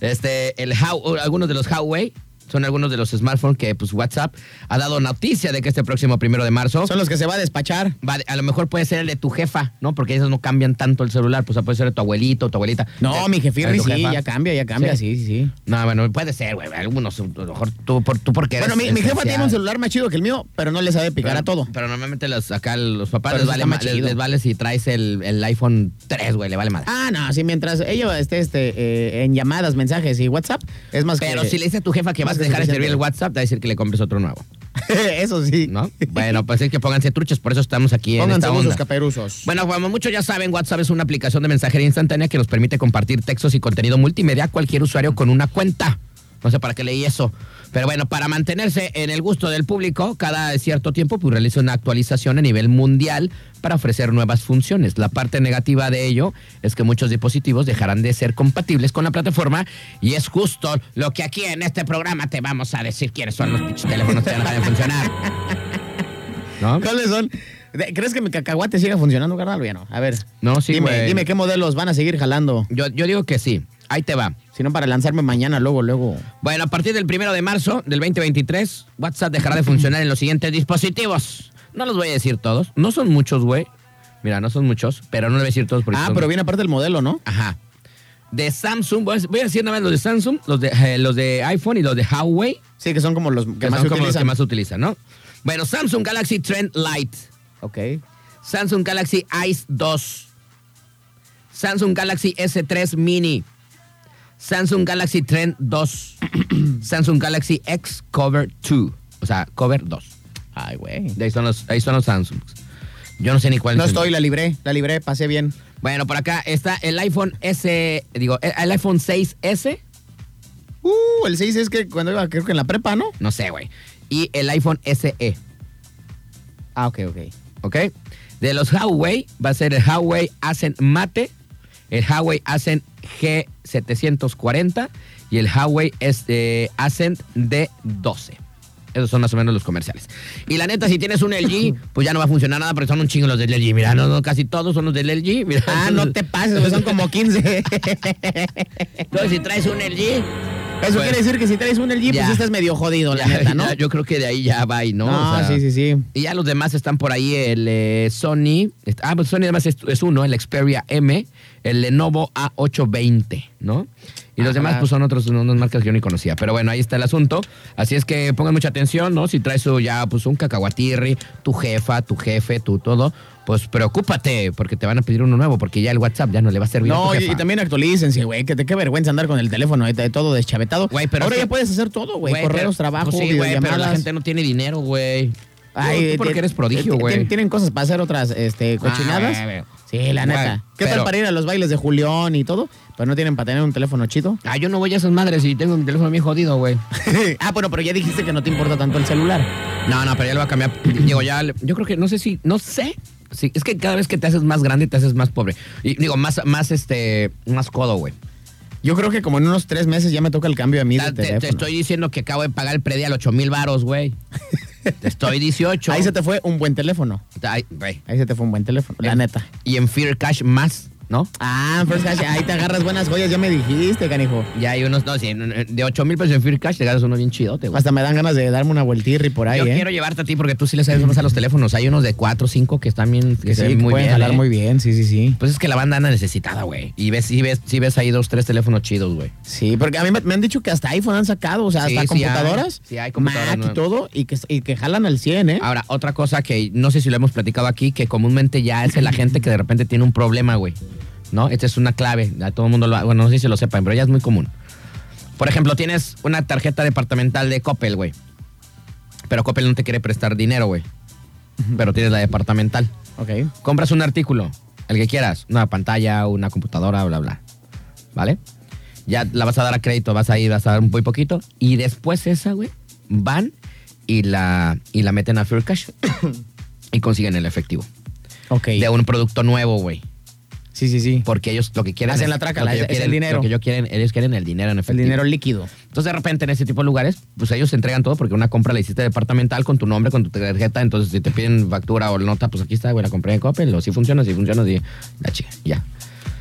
Este, el How, uh, algunos de los Huawei, Son algunos de los smartphones que pues, WhatsApp ha dado noticia de que este próximo primero de marzo.
Son los que se va a despachar.
va de- a lo mejor puede ser el de tu jefa, ¿no? Porque esos no cambian tanto el celular. Pues puede ser de tu abuelito, tu abuelita.
No,
De-
mi
de
jefirri
tu
sí,
jefa.
ya cambia, ya cambia,
Sí.
sí, sí. sí.
No, bueno, puede ser, güey. Algunos, a lo mejor tú, por, tú porque
Bueno, mi,
eres
mi jefa
licenciado.
tiene un celular más chido que el mío, pero no le sabe picar
Pero-
a todo.
Pero normalmente los, acá los papás les
Pero eso
vale,
está más
ma- les,
chido.
les vale si traes el, el iPhone 3, güey, le vale madre.
Ah, no, sí, mientras ella esté este, eh, en llamadas, mensajes y WhatsApp, es más
pero
que...
si le dices a tu jefa que vas a
más que
dejar de servir
suficiente.
el WhatsApp, te va a decir que le compres otro nuevo,
Eso sí.
¿no? bueno, pues es que pónganse truchas, por eso estamos aquí en esta
Pónganse sus
onda.
caperuzos.
Bueno, como muchos ya saben, WhatsApp es una aplicación de mensajería instantánea que nos permite compartir textos y contenido multimedia a cualquier usuario con una cuenta. No sé para qué leí eso. Pero bueno, para mantenerse en el gusto del público, cada cierto tiempo pues, realiza una actualización a nivel mundial para ofrecer nuevas funciones. La parte negativa de ello es que muchos dispositivos dejarán de ser compatibles con la plataforma y es justo lo que aquí en este programa te vamos a decir quiénes son los pinches teléfonos que van a dejar de funcionar. ¿No?
¿Cuáles son? De- ¿Crees que mi cacahuate siga funcionando, carnal? o Ya no. A ver.
No, sí,
dime,
güey.
dime qué modelos van a seguir jalando.
Yo, yo digo que sí. Ahí te va.
Si no, para lanzarme mañana, luego, luego.
Bueno, a partir del primero de marzo del 2023, WhatsApp dejará de funcionar en los siguientes dispositivos. No los voy a decir todos. No son muchos, güey. Mira, no son muchos, pero no les voy a decir todos porque
Ah,
son-
pero viene aparte el modelo, ¿no?
Ajá. De Samsung, voy a voy a decir nada más los de Samsung, los de, eh, los de iPhone y los de Huawei,
Sí, que son como los que,
que,
más
son
se
como los que
utilizan.
más se utilizan, ¿no? Bueno, Samsung Galaxy Trend Lite,
Ok.
Samsung Galaxy Ice 2, Samsung Galaxy S3 Mini, Samsung Galaxy Trend 2, Samsung Galaxy X Cover 2, o sea, Cover 2.
Ay, güey.
De ahí son los, ahí son los Samsungs. Yo no sé ni cuál
No
es el-
estoy, la libré, la libré, pasé bien.
Bueno, por acá está el iPhone S, digo, el iPhone 6S,
Uh, el 6 es que cuando iba, creo que en la prepa, ¿no?
no sé, güey, y el iPhone E. SE,
Ah, ok, ok.
¿ok? De los Huawei va a ser el Huawei Ascend Mate, el Huawei Ascend G740 y el Huawei este, Ascend D12. Esos son más o menos los comerciales. Y la neta, si tienes un LG, pues ya no va a funcionar nada porque son un chingo los del LG. Mira, no, no, casi todos son los del LG. Mira,
Ah, no te pases, güey, son como 15.
Entonces, si traes un LG,
Eso
Pues,
quiere decir que si traes un
ya.
LG, pues sí estás medio jodido, la
ya-
neta, ¿no?
ya, yo creo que de ahí ya va y no.
no,
O sea,
sí, sí, sí.
Y ya los demás están por ahí, el eh, Sony. est- Ah, pues Sony además es, es uno, el Xperia M, el Lenovo A820, ¿no? Y los
Ah,
demás
caray.
pues son otros, son unas marcas que yo ni conocía. Pero bueno, ahí está el asunto. Así es que pongan mucha atención, ¿no? Si traes oh, ya pues un cacahuatirri, tu jefa, tu jefe, tu todo, pues preocúpate porque te van a pedir uno nuevo porque ya el WhatsApp ya no le va a servir. a tu
No, y,
jefa.
y también actualícense, güey. Que te qué vergüenza andar con el teléfono ahí, todo deschavetado.
Güey, pero
Ahora
es
ya
que-
puedes hacer todo, güey.
Güey,
Correos,
pero-
trabajo,
pues sí, güey, pero la
videollamadas.
gente no tiene dinero, güey. Ay,
Ay, eh,
tú porque
tien-
eres prodigio,
tien-
güey.
Tienen cosas para hacer otras este, cochinadas.
Ah, güey.
sí, la
Güey,
neta. ¿Qué
pero-
tal para ir a los bailes de Julián y todo? Pero no tienen para tener un teléfono chido.
Ah, yo no voy a esas madres y tengo mi teléfono bien jodido, güey.
ah, bueno, pero ya dijiste que no te importa tanto el celular.
No, no, pero ya lo va a cambiar. Digo, ya, le- yo creo que, no sé si, no sé. Sí, es que cada vez que te haces más grande, te haces más pobre. Y digo, más, más, este, más codo, güey.
Yo creo que como en unos tres meses ya me toca el cambio a mí
Te,
de
te
teléfono.
estoy diciendo que acabo de pagar el predial 8 mil varos, güey. Te estoy 18.
Ahí se te fue un buen teléfono.
Ay, güey.
Ahí se te fue un buen teléfono, la
En-
neta.
Y en Fear Cash más, ¿no?
Ah, First Cash, ahí te agarras buenas joyas, ya me dijiste, canijo.
Ya hay unos, no, sí, de 8 mil pesos en Fear Cash te ganas uno bien chidote, güey.
Hasta me dan ganas de darme una vueltirri por ahí,
Yo
¿eh?
quiero llevarte a ti porque tú sí le sabes más a los teléfonos. Hay unos de 4 o 5 que están bien, que,
que
se
sí,
ven muy
pueden
bien.
jalar
¿eh?
muy bien, sí, sí, sí.
Pues es que la banda anda necesitada, güey. Y ves, y ves, sí ves ahí dos, tres teléfonos chidos, güey.
Sí, porque a mí me, me han dicho que hasta iPhone han sacado, o sea,
Sí,
hasta
sí hay.
computadoras,
Sí hay computadoras
Mac y
nuevas.
todo, y que, y que jalan al 100, ¿eh?
Ahora, otra cosa que no sé si lo hemos platicado aquí, que comúnmente ya es la gente que de repente tiene un problema, güey. ¿No? Esta es una clave. A todo el mundo lo Bueno, no sé si lo sepan, pero ya es muy común. Por ejemplo, tienes una tarjeta departamental de Coppel, güey. Pero Coppel no te quiere prestar dinero, güey. Pero tienes la departamental.
Ok.
compras un artículo, el que quieras, una pantalla, una computadora, bla, bla. ¿Vale? Ya la vas a dar a crédito, vas a ir, vas a dar un muy poquito. Y después esa, güey, van y la, y la meten a Fair Cash y consiguen el efectivo.
Ok.
De un producto nuevo, güey.
Sí, sí, sí.
Porque ellos lo que quieren
Hacen la
lo
trácala,
que ellos
es- es el
quieren-
dinero.
Lo que ellos quieren, ellos quieren el dinero en
El
efectivo.
dinero líquido.
Entonces, de repente, en ese tipo de lugares, pues ellos te entregan todo porque una compra la hiciste departamental con tu nombre, con tu tarjeta. Entonces, si te piden factura o nota, pues aquí está, güey, la compré en Coppel. O si funciona, si funciona, sí. La chica, ya.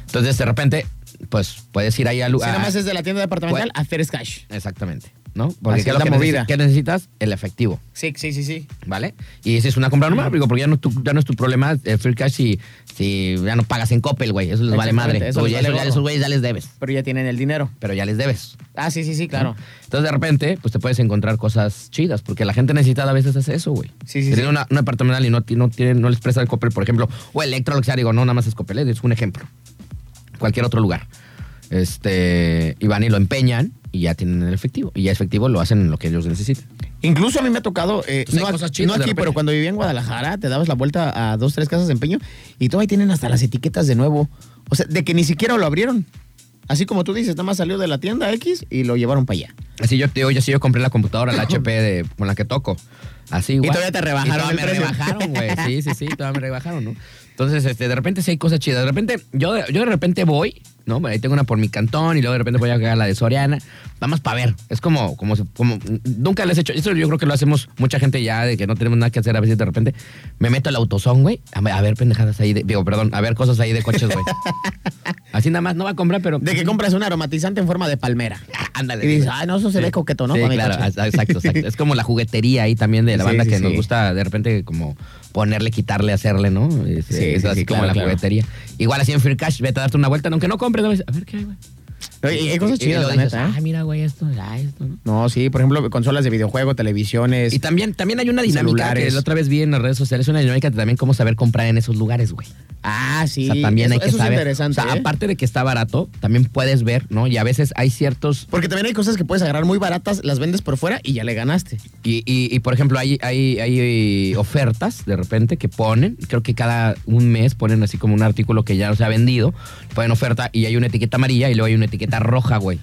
Entonces, de repente, pues puedes ir ahí al
Si nada
lugar.
más es de la tienda departamental,
Güey.
a First Cash.
Exactamente. ¿no?
Así
Porque
es
¿qué es lo
la
que
movida.
necesi- ¿Qué necesitas? El efectivo.
Sí, sí, sí, sí.
¿vale? Y esa es una compra normal, digo, porque ya no, es tu, ya no es tu problema el free cash si, si ya no pagas en Coppel, güey. Eso les vale
Exactamente,
madre.
eso
Tú
les
ya-
vale
eso ya-
gorro.
esos güeyes ya les debes,
Pero ya tienen el dinero.
pero ya les debes.
Ah, sí, sí, sí,
¿no?
claro.
Entonces, de repente, pues te puedes encontrar cosas chidas, porque la gente necesitada a veces hace eso, güey.
Sí,
Que
sí, sí.
Tiene una, una apartamental y no, ti- no, tiene, no les presta el Coppel, por ejemplo, o Electro, lo que sea, digo, no, nada más es Coppel, es un ejemplo. Cualquier otro lugar. Este, y van y lo empeñan y ya tienen el efectivo. Y ya efectivo lo hacen en lo que ellos necesiten.
Incluso a mí me ha tocado, eh,
Entonces,
no,
hay
ac-
cosas chidas
no
de
aquí,
repente.
pero cuando vivía en Guadalajara, te dabas la vuelta a dos, tres casas de empeño y todo ahí tienen hasta las etiquetas de nuevo. O sea, de que ni siquiera lo abrieron. Así como tú dices, nada más salió de la tienda X y lo llevaron para allá.
Así yo, tío, yo sí yo compré la computadora, la HP de, con la que toco. Así, igual.
todavía te rebajaron
Y todavía
el precio.
me rebajaron, güey. Sí, sí, sí, todavía me rebajaron, ¿no? Entonces, este, de repente sí hay cosas chidas. De repente, yo, yo de repente voy, ¿no? Ahí tengo una por mi cantón y luego de repente voy a cagar la de Soriana. Nada más para ver. Es como, como, si- como, nunca les he hecho. Eso yo creo que lo hacemos mucha gente ya, de que no tenemos nada que hacer a veces de repente. Me meto al autosón, güey, a, a ver pendejadas ahí, de- digo, perdón, a ver cosas ahí de coches, güey. Así nada más, no va a comprar, pero.
De que compras un aromatizante en forma de palmera.
Ándale.
Y dices,
güey.
ah, no, eso se ve coqueto, ¿no?
Sí,
Para mi
claro,
coche.
a- a- exacto, exacto. Es como la juguetería ahí también de la
Sí,
banda
sí,
que nos
sí.
gusta de repente como ponerle, quitarle, hacerle, ¿no? Es,
Sí,
es
sí,
así
sí,
como
claro,
la
claro.
juguetería. Igual así en Free Cash, vete a darte una vuelta, aunque no compres, ¿no? a ver qué hay, güey.
Oye, y hay cosas
Y- y
chidas,
luego
la
dices,
neta, ¿eh?
Ah, mira, güey, esto, ah, esto, ¿no?
No, sí, por ejemplo, consolas de videojuego, televisiones.
Y también, también hay una dinámica que
Celulares.
la otra vez vi en las redes sociales, una dinámica de también cómo saber comprar en esos lugares, güey.
ah, sí.
o sea, también
eso,
hay que
eso
saber.
es interesante.
o sea,
¿eh?
aparte de que está barato, también puedes ver, ¿no? Y a veces hay ciertos
Porque también hay cosas que puedes agarrar muy baratas, las vendes por fuera y ya le ganaste.
Y, y- y, por ejemplo, hay, hay, hay ofertas de repente que ponen, creo que cada un mes ponen así como un artículo que ya no se ha vendido, ponen oferta y hay una etiqueta amarilla y luego hay una etiqueta roja, güey.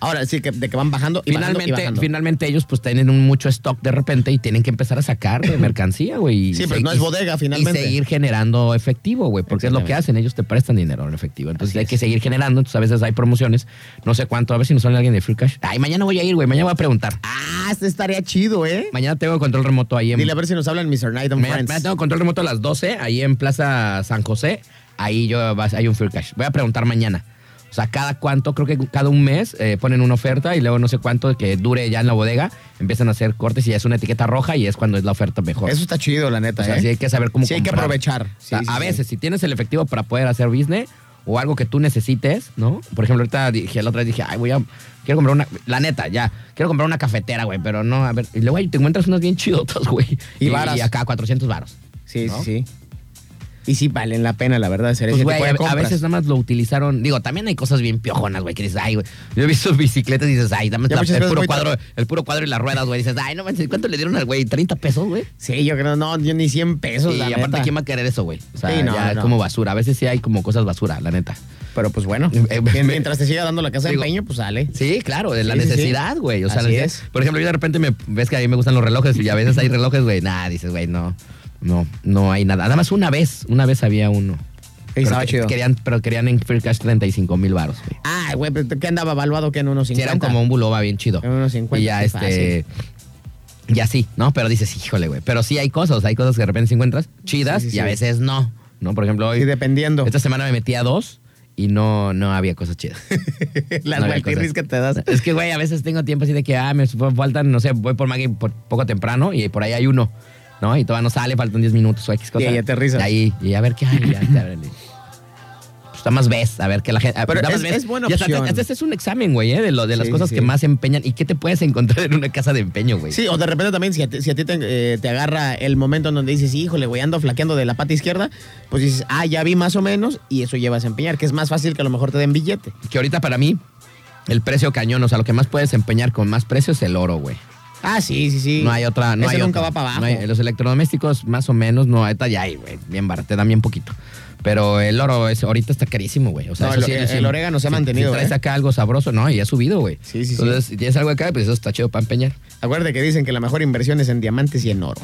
Ahora sí, que, de que van bajando y
Finalmente,
bajando y bajando.
finalmente ellos pues tienen un mucho stock de repente y tienen que empezar a sacar de mercancía, güey. y
Sí, pero
se-
no
y-
es bodega, finalmente.
Y seguir generando efectivo, güey, porque es lo que hacen, ellos te prestan dinero en efectivo. Entonces hay que seguir generando, entonces a veces hay promociones, no sé cuánto, a ver si nos sale alguien de Free Cash. Ay, mañana voy a ir, güey, mañana voy a preguntar.
Ah, este estaría chido, ¿eh?
Mañana tengo control remoto ahí en
Dile a ver si nos hablan Mr. Night and
Me,
Friends.
me tengo control remoto a las 12, ahí en Plaza San José. Ahí yo vas- hay un free cash. Voy a preguntar mañana. O sea, cada cuánto, creo que cada un mes eh, ponen una oferta y luego no sé cuánto que dure ya en la bodega, empiezan a hacer cortes y ya es una etiqueta roja y es cuando es la oferta mejor.
Eso está chido, la neta,
o sea,
¿eh?
sí hay que saber cómo
Sí hay que
comprar.
aprovechar.
O sea,
Sí, sí,
a
sí.
veces, si tienes el efectivo para poder hacer business o algo que tú necesites, ¿no? Por ejemplo, ahorita dije, la otra vez dije, ay, voy a. Quiero comprar una. La neta, ya. Quiero comprar una cafetera, güey, pero no, a ver. Y luego ahí te encuentras unas bien chidotas, güey.
Y varas.
Y acá 400 varos.
Sí,
¿no?
sí, sí. Y sí valen la pena, la verdad, hacer
Pues,
ese
güey,
tipo de
a- a,
compras.
veces nada más lo utilizaron. Digo, también hay cosas bien piojonas, güey, que dices, ay, güey. Yo he visto bicicletas y dices, ay, dame
Ya
la-
muchas
el
veces
puro
voy
cuadro, el puro cuadro y las ruedas, güey. Dices, ay, no manches, ¿cuánto le dieron al güey? ¿30 pesos, güey?
Sí, yo creo, no, yo ni 100 pesos,
Y
la
aparte,
neta.
¿quién va a querer eso, güey? O sea,
Sí, no,
ya es
no.
como basura. A veces sí hay como cosas basura, la neta.
Pero pues bueno,
Eh, me-
mientras te siga dando la casa de
Digo-
empeño, pues sale.
Sí, claro, de la
Sí, sí, sí.
necesidad, güey. O sea,
Así
la necesidad-
es.
por ejemplo, yo de repente me ves que a mí me gustan los relojes y a veces hay relojes, güey. Nada, dices, güey, no, no, no hay nada. Nada más una vez, una vez había uno.
Y estaba
Pero que-
chido.
Querían, pero querían en Free Cash 35 mil baros, güey.
Ah, güey, pero ¿qué andaba evaluado que en unos 50?
Sí, era como un buloba bien chido.
Era unos 50,
Y ya
qué
este. Ya sí, ¿no? Pero dices, híjole, güey. Pero sí hay cosas, hay cosas que de repente encuentras chidas
Sí, sí,
y a
sí.
veces no. ¿No? Por ejemplo, hoy.
Sí, dependiendo.
Esta semana me metí a dos y no, no había cosas chidas.
Las
No había cosas.
vueltirris que te das.
Es que, güey, a veces tengo tiempo así de que, ah, me supo- faltan, no sé, voy por Maggie por poco temprano y por ahí hay uno, ¿no? Y todavía no sale, faltan 10 minutos o X cosa.
Y ahí aterrizas.
Y ahí, y a ver qué hay, ya, ya, órale. Pues nada más ves, a ver qué la gente. ah,
Pero
nada más
es-
ves.
es buena
Y hasta-
opción.
hasta Este es un examen, güey, ¿eh? de, lo- de las
Sí,
cosas
sí,
que
sí.
más empeñan y qué te puedes encontrar en una casa de empeño, güey.
Sí, o de repente también si a ti, si a ti te, eh, te agarra el momento en donde dices, híjole, güey, ando flaqueando de la pata izquierda, pues dices, ah, ya vi más o menos, y eso llevas a empeñar, que es más fácil que a lo mejor te den billete.
Que ahorita para mí, el precio cañón, o sea, lo que más puedes empeñar con más precio es el oro, güey.
Ah, sí, sí, sí.
No hay otra. No
Ese
hay
nunca
otra.
va para abajo.
No hay- los electrodomésticos, más o menos, no. Ahorita ya hay, güey. Bien barato, te dan bien poquito. Pero el oro es, ahorita está carísimo, güey. O sea,
No,
eso
el-
sí,
el-
sí,
el orégano se ha
si-
mantenido,
Si traes
¿eh?
acá algo sabroso, no, y ha subido, güey.
Sí, sí, sí.
Entonces, si tienes algo acá, pues eso está chido para empeñar.
Acuérdate que dicen que la mejor inversión es en diamantes y en oro.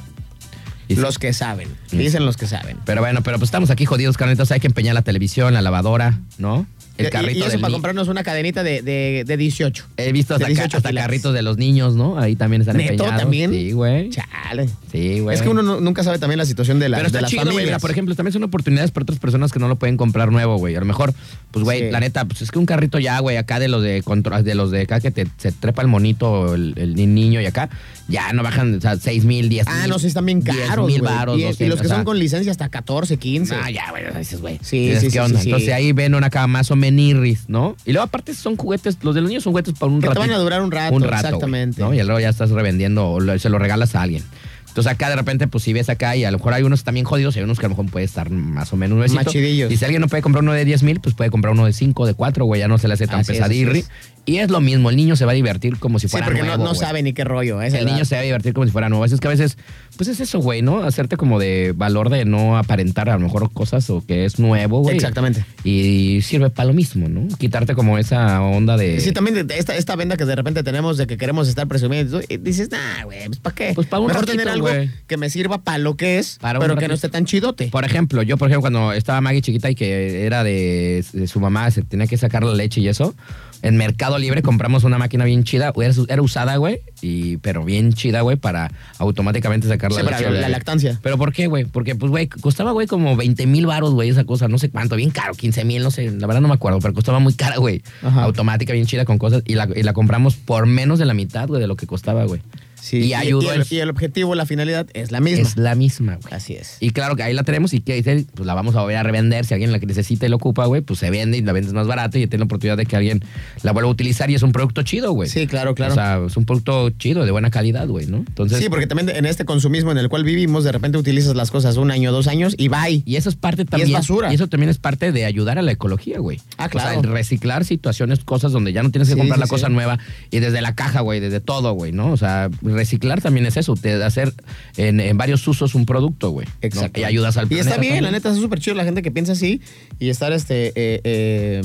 Y sí.
los que saben.
Y sí.
Dicen los que saben.
Pero bueno, pero pues estamos aquí jodidos, carnal. Entonces hay que empeñar la televisión, la lavadora, ¿no? El
Y-
carrito
y eso
del
para
ni-
comprarnos una cadenita de, de, de 18.
He visto hasta,
de 18
ca- hasta
quilates.
carritos de los niños, ¿no? Ahí también están
¿Neto
empeñados.
también?
Sí, güey.
Chale.
Sí, güey.
Es que uno nu- nunca sabe también la situación de, la,
Pero
de
está
las
chido, güey.
familias.
Mira, por ejemplo, también son oportunidades para otras personas que no lo pueden comprar nuevo, güey. A lo mejor, pues, güey,
Sí.
la neta, pues es que un carrito ya, güey, acá de los de control, de los de acá que te, se trepa el monito, o el, el ni- niño y acá, ya no bajan, o sea, 6 mil, 10 mil.
Ah, no, sí, están bien
10
caros.
mil
güey.
varos,
Y- y
200,
los que
o sea,
son con licencia hasta 14, 15.
Ah, ya, güey, dices, güey.
Sí,
Dices,
sí,
¿qué
sí,
onda?
sí, sí.
Entonces ahí ven una acá más o menirris, ¿no? Y luego aparte son juguetes, los de los niños son juguetes para un
Que te
rato.
van a durar un rato,
Un rato, güey,
exactamente.
¿no? Y luego ya estás revendiendo o lo- se lo regalas a alguien. Entonces acá de repente, pues si ves acá y a lo mejor hay unos también jodidos y hay unos que a lo mejor puede estar más o menos nuevecito.
Más chidillos.
Y si alguien no puede comprar uno de 10 mil, pues puede comprar uno de 5, de 4, güey, ya no se le hace tan
Así es,
pesadirri.
así
Y es lo mismo, el niño se va a divertir como si
sí,
fuera
porque no-
nuevo,
no,
güey.
sabe ni qué rollo. ¿eh?
El niño se va a divertir como si fuera nuevo. Así es que a veces, pues es eso, güey, ¿no? Hacerte como de valor de no aparentar a lo mejor cosas o que es nuevo, güey.
Exactamente.
Y sirve para lo mismo, ¿no? Quitarte como esa onda de.
Sí, también de- de esta, esta venda que de repente tenemos de que queremos estar presumiendo. y dices, nah, güey, pues ¿para qué?
Pues, pa' un
Mejor
ratito,
tener algo
güey.
que me sirva para lo que es,
Para un
pero que no
ratito.
esté tan chidote.
Por ejemplo, yo, por ejemplo, cuando estaba Maggie chiquita y que era de, de su mamá, se tenía que sacar la leche y eso, en Mercado Libre compramos una máquina bien chida, güey, era, su- era usada, güey, y, pero bien chida, güey, para automáticamente sacar la
Sí, para
leche.
la
güey.
lactancia.
¿Pero por qué, güey? Porque, pues, güey, costaba, güey, como 20 mil baros, güey, esa cosa, no sé cuánto, bien caro, 15 mil, no sé, la verdad no me acuerdo, pero costaba muy cara, güey.
Ajá.
Automática, bien chida con cosas, y la, y la compramos por menos de la mitad, güey, de lo que costaba, güey.
Sí,
y ayudó
el,
en-
y el objetivo, la finalidad es la misma.
Es la misma, güey.
Así es.
Y claro que ahí la tenemos y que dice, pues la vamos a volver a revender. Si alguien la necesita y la ocupa, güey, pues se vende y la vendes más barato y tiene la oportunidad de que alguien la vuelva a utilizar y es un producto chido, güey.
Sí, claro, claro.
O sea, es un producto chido, de buena calidad, güey, ¿no? Entonces,
sí, porque también en este consumismo en el cual vivimos, de repente utilizas las cosas un año, dos años y bye.
Y eso es parte también.
basura.
y eso también es parte de ayudar a la ecología, güey.
Ah,
O sea,
claro.
el reciclar situaciones, cosas donde ya no tienes que
Sí,
comprar
sí,
la
sí.
cosa nueva y desde la caja, güey, desde todo, güey, ¿no? O sea, reciclar también es eso, te hacer en, en varios usos un producto, güey. ¿no?
Exacto.
Y ayudas al
Y
planeta
está bien,
también.
la neta, es súper chido la gente que piensa así y estar este eh, eh,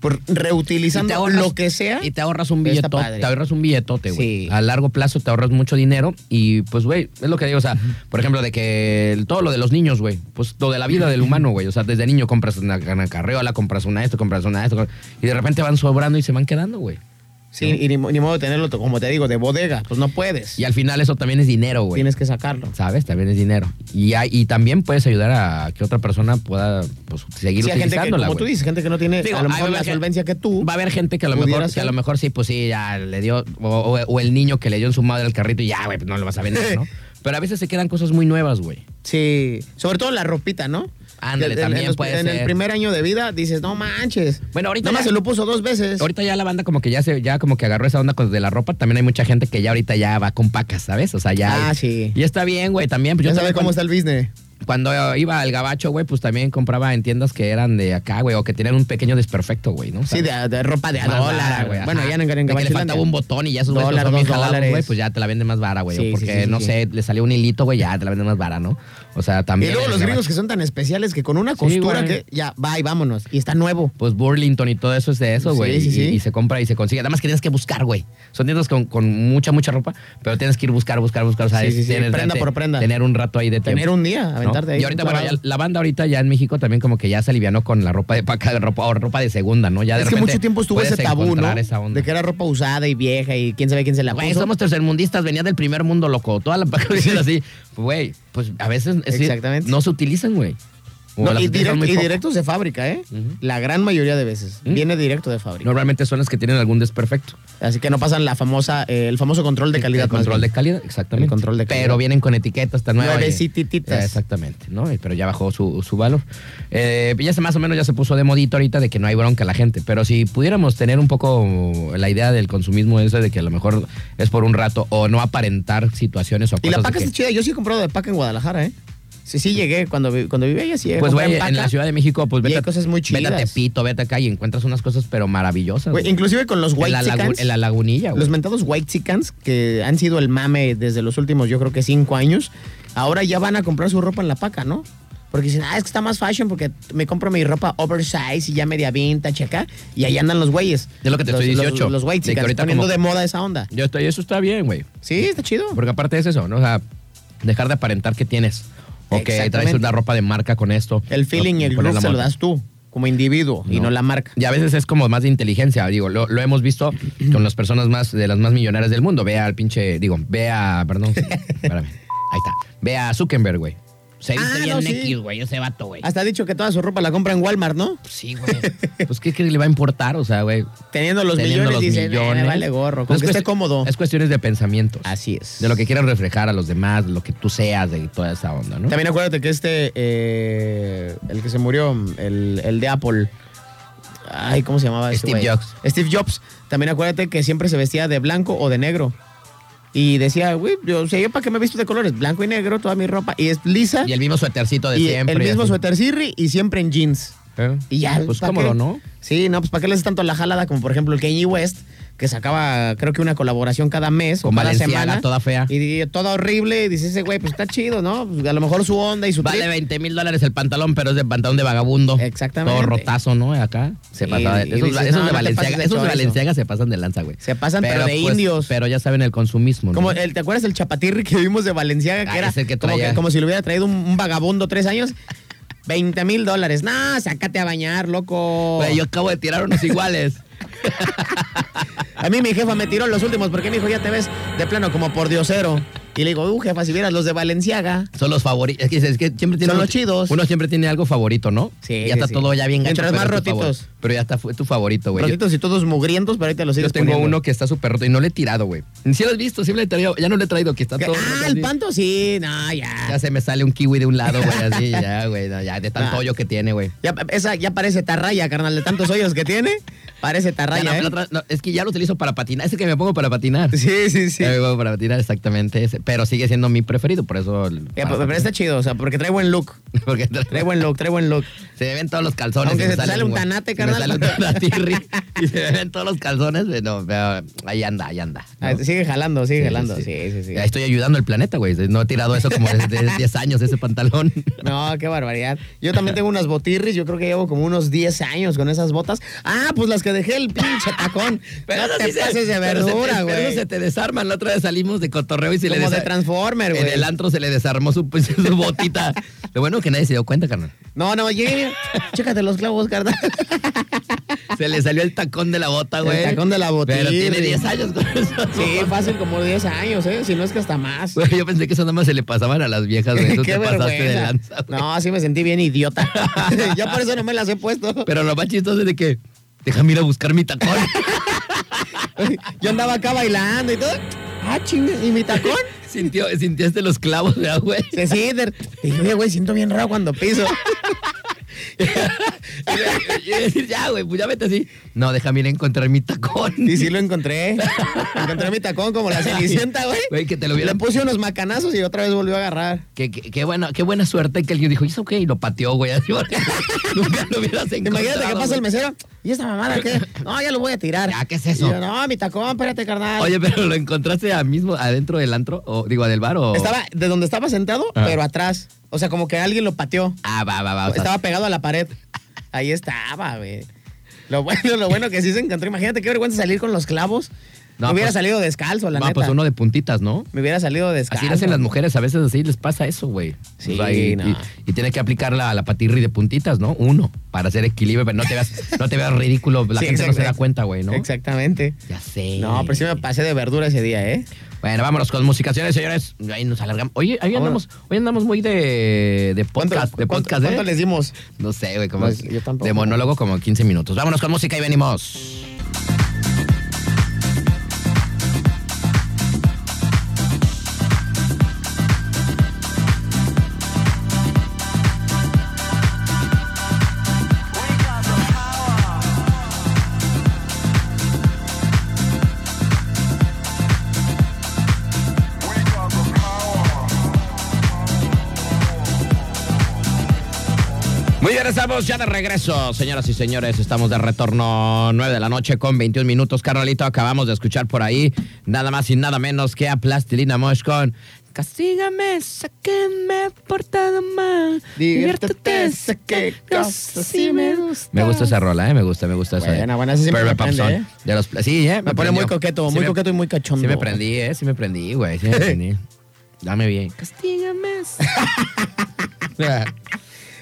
por
Y
reutilizando
te ahorras-
lo que sea.
Y te ahorras un
está
billeto,
padre.
te ahorras un billetote, güey.
Sí.
A largo plazo te ahorras mucho dinero y pues, güey, es lo que digo, o sea, por ejemplo, de que el- todo lo de los niños, güey, pues lo de la vida del humano, güey, o sea, desde niño compras una, una carriola, compras una esto, compras una esto, y de repente van sobrando y se van quedando, güey.
sí, y ni, mo- ni modo de tenerlo, to- como te digo, de bodega, pues no puedes.
Y al final eso también es dinero, güey.
Tienes que sacarlo.
¿Sabes? También es dinero. Y, hay- y también puedes ayudar a que otra persona pueda pues, seguir
Sí, hay gente que,
utilizándola,
como tú
güey.
dices, gente que no tiene
Digo,
a lo
ahí
mejor
va a
la
haber gen-
solvencia que tú.
Va a haber gente que a lo
pudiera
mejor, que a
ser.
lo mejor sí, pues sí, ya le dio, o, o- o el niño que le dio en su madre el carrito y ya, güey, pues no lo vas a vender, ¿no? Pero a veces se quedan cosas muy nuevas, güey.
Sí, sobre todo la ropita, ¿no?
Ándale,
Que en- en
también
los-
puede
En el
ser.
primer año de vida dices, no manches.
Bueno, ahorita
Nada más
ya-
se lo puso dos veces.
Ahorita ya la banda como que ya se, ya como que agarró esa onda con- de la ropa. También hay mucha gente que ya ahorita ya va con pacas, ¿sabes? O sea, ya.
Ah, sí.
Y está bien, güey, también. Pues yo
ya sabes
también
cómo está el business.
cuando, cuando iba al gabacho, güey, pues también compraba en tiendas que eran de acá, güey, o que tenían un pequeño desperfecto, güey, ¿no?
Sí,
¿Sabes?
de, de ropa de a
Más
dólar,
vara,
güey.
ajá.
Bueno, ya en, en
De que le
Gabachilandia.
faltaba un botón y ya sus güeyes
Dólar,
son bien
dos
jalados,
dólares.
güey, pues ya te la venden más vara, güey.
Sí,
o
sí,
porque,
sí, sí,
no
sí.
sé, le salió un hilito, güey, ya te la venden más vara, ¿no? O sea,
Y
también...
luego
en
los
el
gringos que
gabacho.
son tan especiales que con una costura
güey.
que ya va y vámonos. Y está nuevo.
Pues Burlington y todo eso es de eso,
Sí,
güey.
sí,
y-
sí.
Y, se compra y se consigue. Además que tienes que buscar, güey. Son tiendas con, con mucha, mucha ropa, pero tienes que ir buscar, buscar, buscar. O sea,
Sí,
es
sí, sí,
tener-
prenda
te-
por prenda.
Tener un rato ahí de tiempo.
Tener un día,
¿no?
aventarte ahí.
Y ahorita,
un
bueno,
clavado.
ya la banda ahorita ya en México también como que ya se alivianó con la ropa de paca, ropa, o ropa de segunda, ¿no? Ya de
es que
repente
mucho tiempo estuvo
puedes
ese tabú, ¿no?
encontrar esa onda.
De que era ropa usada y vieja y quién sabe quién se la
Güey,
puso.
somos tercermundistas, venía del primer mundo, loco. Toda la paca así. Güey, pues a veces es decir,
Exactamente.
no se utilizan, güey. O
No,
las
y,
utilizan
direct-
muy
y
poco.
directos de fábrica, ¿eh?
Ujú.
La gran mayoría de veces.
¿Mm?
Viene directo de fábrica.
Normalmente son las que tienen algún desperfecto.
Así que no pasan la famosa, eh, el famoso control de calidad.
El
más
control de
bien.
calidad, exactamente.
El control de
Pero
calidad.
vienen con etiquetas tan nuevas.
Nuevecitititas.
Exactamente, ¿no? Eh, Pero ya bajó su, su valor. Eh, ya se más o menos ya se puso de modito ahorita de que no hay bronca a la gente. Pero si pudiéramos tener un poco la idea del consumismo ese de que a lo mejor es por un rato o no aparentar situaciones o
Y
cosas
la
de
paca
que-
está chida. Yo sí he comprado de paca en Guadalajara, ¿eh? Sí, sí llegué. Cuando, vi- cuando vivía allá sí eh,
Pues
compré
güey, en
paca.
la Ciudad de México, pues
y
vete,
hay cosas muy
vete a
chidas.
Tepito, vete acá y encuentras unas cosas pero maravillosas.
Güey,
güey.
inclusive con los
en,
white
la lagu-
chickens,
en la lagunilla, güey.
los mentados white chickens, que han sido el mame desde los últimos, yo creo que cinco años, ahora ya van a comprar su ropa en la paca, ¿no? Porque dicen, ah, es que está más fashion porque me compro mi ropa oversize y ya media vintage acá, y ahí andan los güeyes.
Es lo que te
los,
estoy
los-
18,
Los, white
de que
chickens,
ahorita
poniendo
como-
de moda esa onda.
Yo estoy, eso está bien, güey.
Sí, está chido.
Porque aparte es eso, ¿no? O sea, dejar de aparentar que tienes. O que traes
Exactamente.
una ropa de marca con esto.
El feeling y el
Poner la
groove se lo
moda.
das tú. como individuo y
No.
no la marca.
Y a veces es como más de inteligencia, digo, lo, lo hemos visto con las personas más de las más millonarias del mundo. Ve al pinche, digo, ve a, perdón, espérame. Ahí está. Ve a Zuckerberg, güey. Se viste
Ah,
bien
no, sí.
X, güey, ese vato, güey.
Hasta ha dicho que toda su ropa la compra en Walmart, ¿no?
Sí, güey. Pues qué, qué le va a importar, o sea, güey.
Teniendo los
Teniendo
millones,
los
dice, "Nah,
millones.
me vale gorro, con
Es
que esté
cuest-
cómodo.
Es cuestiones de pensamientos.
Así es.
De lo que quieras reflejar a los demás, de lo que tú seas, de toda esa onda, ¿no?
También acuérdate que este, eh, el que se murió, el, el de Apple. Ay, ¿cómo se llamaba este
Steve
güey?
Jobs.
Steve Jobs. También acuérdate que siempre se vestía de blanco o de negro. Y decía, güey, yo, o sea, ¿yo para qué me he visto de colores? Blanco y negro, toda mi ropa. Y es lisa.
Y el mismo suétercito de
y
siempre.
el mismo
así.
suéter cirri y siempre en jeans.
¿Eh?
Y ya.
Pues
¿pa'
cómodo,
qué?
¿no?
Sí, no, pues ¿para qué le haces tanto la jalada? Como por ejemplo el Kanye West, que sacaba, creo que una colaboración cada mes
Con
o cada
Balenciaga,
semana.
toda fea.
Y, y toda horrible. Y dices, "Ese güey, pues está chido, ¿no? Pues, a lo mejor su onda y su
Vale
trip".
20 mil dólares el pantalón, pero es de pantalón de vagabundo.
Exactamente.
Todo rotazo, ¿no? Acá. Se
Y-
pasaba.
y
esos esos de
dices, "No, no te pases
Valenciaga,
de
esos de
chorizo".
Valenciaga se pasan de lanza, güey.
Se pasan, pero de indios.
Pero ya saben el consumismo, ¿no?
Como el, ¿te acuerdas del chapatirri que vimos de Valenciaga? Que
Ah,
era
ese que
como,
traía.
que- como si lo hubiera traído un, un vagabundo tres años. 20 mil dólares. No, sácate a bañar, loco.
Güey, yo acabo de tirar unos iguales.
A mí mi jefa me tiró los últimos porque me dijo, ya te ves de plano como por diosero. Y le digo, uh, jefa, si vieras los de Valenciaga.
Son los favoritos. Es que, es que siempre tiene
Son
uno-
los chidos.
Uno siempre tiene algo favorito, ¿no?
Sí,
Ya está
sí, sí.
todo ya bien gancho,
Mientras
pero
más
es tu
rotitos.
favor- Pero ya está, fue tu favorito, güey. Yo-
Rotitos y todos mugrientos, pero ahorita los
Yo
sigues
tengo
poniendo.
uno que está súper roto y no le he tirado, güey. Ni si lo has visto, siempre le he traído. Ya no le he traído, que está
Que-
todo.
ah,
roto
el
así.
panto sí, no, ya.
Ya se me sale un kiwi de un lado, güey, así, ya, güey, no, ya, de tanto
Ah.
hoyo que tiene, güey.
Ya, esa ya parece tarraya, carnal, de tantos hoyos que tiene. Parece
Ya, no,
tarraya,
la
¿eh?
otra- no, es que ya lo utilizo para patinar, ese que me pongo para patinar.
Sí, sí, sí.
Ya me
Eh,
pongo para patinar, exactamente ese, pero sigue siendo mi preferido, por eso...
pero, pues, pero está chido, o sea, porque trae buen look.
Porque
Trae buen look, trae buen look.
se me ven todos los calzones.
Aunque
y me
se te
salen,
sale un
güey.
tanate,
Y
carnal.
Me sale un tanatirri y se me ven todos los calzones, güey, no, pero ahí anda, ahí anda. ¿no?
Ah, Sigue jalando, sigue
Sí,
jalando. Sí, sí, sí.
Ahí estoy ayudando al planeta, güey. No he tirado eso como desde 10 años, ese pantalón.
No, qué barbaridad. Yo también tengo unas botirris, yo creo que llevo como unos 10 años con esas botas. Ah, pues las que dejé el pinche tacón. no
eso
te
sí se-
pases de
pero se te-
verdura,
pero
güey.
eso se te desarman. La otra vez salimos de cotorreo y se le
Como de
desa-
Transformer,
En
güey.
el antro se le desarmó su, pues, su botita. Lo bueno que nadie se dio cuenta, carnal.
No, no, llegué bien. Chécate los clavos, carnal.
Se le salió el tacón de la bota,
El
güey.
tacón de la botita.
Pero tiene 10 años con eso.
Sí, fácil como 10 años, ¿eh? Si no es que hasta más.
Güey, yo pensé que eso nada más se le pasaban a las viejas, güey. Tú
Qué
te pasaste de
vergüenza.
lanza, güey.
No, así me sentí bien idiota. Yo por eso no me las he puesto.
Pero lo más chistoso es de que, déjame ir a buscar mi tacón.
Yo andaba acá bailando y todo. Ah, chingue, ¿y mi tacón?
Sintió, sintiste los clavos, ¿verdad, güey.
Sí, sí, de- dije, "Oye, güey, siento bien raro cuando piso.
Y yo decir, ya, güey, pues ya vete así. No, déjame ir a encontrar mi tacón.
Y sí lo encontré. Encontré mi tacón como la cenicienta, güey.
Güey, que te lo
Le
hubieran
puse unos macanazos y otra vez volvió a agarrar.
Qué, qué, qué buena, qué buena suerte que alguien dijo, ¿y eso qué? Y lo pateó, güey. Así, porque nunca lo hubieras encontrado.
Imagínate que pasa el
güey.
mesero. ¿Y esta mamada qué? No, ya lo voy a tirar.
Ya, ¿qué es eso?
Y yo, no, mi tacón, espérate, carnal.
Oye, pero ¿lo encontraste a mismo adentro del antro? O, digo, del bar o...
Estaba de donde estaba sentado,
Ah.
pero atrás. O sea, como que alguien lo pateó.
Ah, va, va, va. o sea,
estaba pegado a la pared. Ahí estaba, güey. Lo bueno, lo bueno que sí se encontró. Imagínate qué vergüenza salir con los clavos.
No,
Me hubiera
pues-
salido descalzo, la
no,
neta.
pues uno de puntitas, ¿no?
Me hubiera salido descalzo.
Así le hacen las mujeres, a veces así les pasa eso, güey.
Sí,
y,
no.
y- y tienes que aplicar la, la patirri de puntitas, ¿no? Uno, para hacer equilibrio, pero no te veas, no te veas ridículo, la
Sí,
gente no
exacto.
se da cuenta, güey, ¿no?
Exactamente.
Ya sé.
No, pero sí me pasé de verdura ese día, ¿eh?
Bueno, vámonos con música, señores, señores. Ahí nos alargamos. Oye, ahí
Vámonos.
andamos, hoy andamos muy de, de
¿Cuánto-
podcast, de
cuánto-
podcast, ¿eh?
¿Cuánto les dimos?
No sé, güey, como
Pues, yo tampoco.
de monólogo como 15 minutos. Vámonos con música y venimos. Muy bien, estamos ya de regreso, señoras y señores. Estamos de retorno 9 de la noche con 21 minutos. Carnalito, acabamos de escuchar por ahí nada más y nada menos que a Plastilina Mosh con Castígame, sáquenme, he portado mal.
Diviértete, sé qué cosa sí me gusta.
Me gusta esa rola, ¿eh? Me gusta, me gusta esa.
Buena, buena, esa sí me
Purple Pop
prende,
Song.
¿eh?
De los pla- sí, ¿eh?
Me pone muy
prendió.
coqueto,
Sí
muy
me-
coqueto y muy cachondo.
Sí me prendí, ¿eh? Sí me prendí, güey. Sí me prendí. Dame bien. Castígame.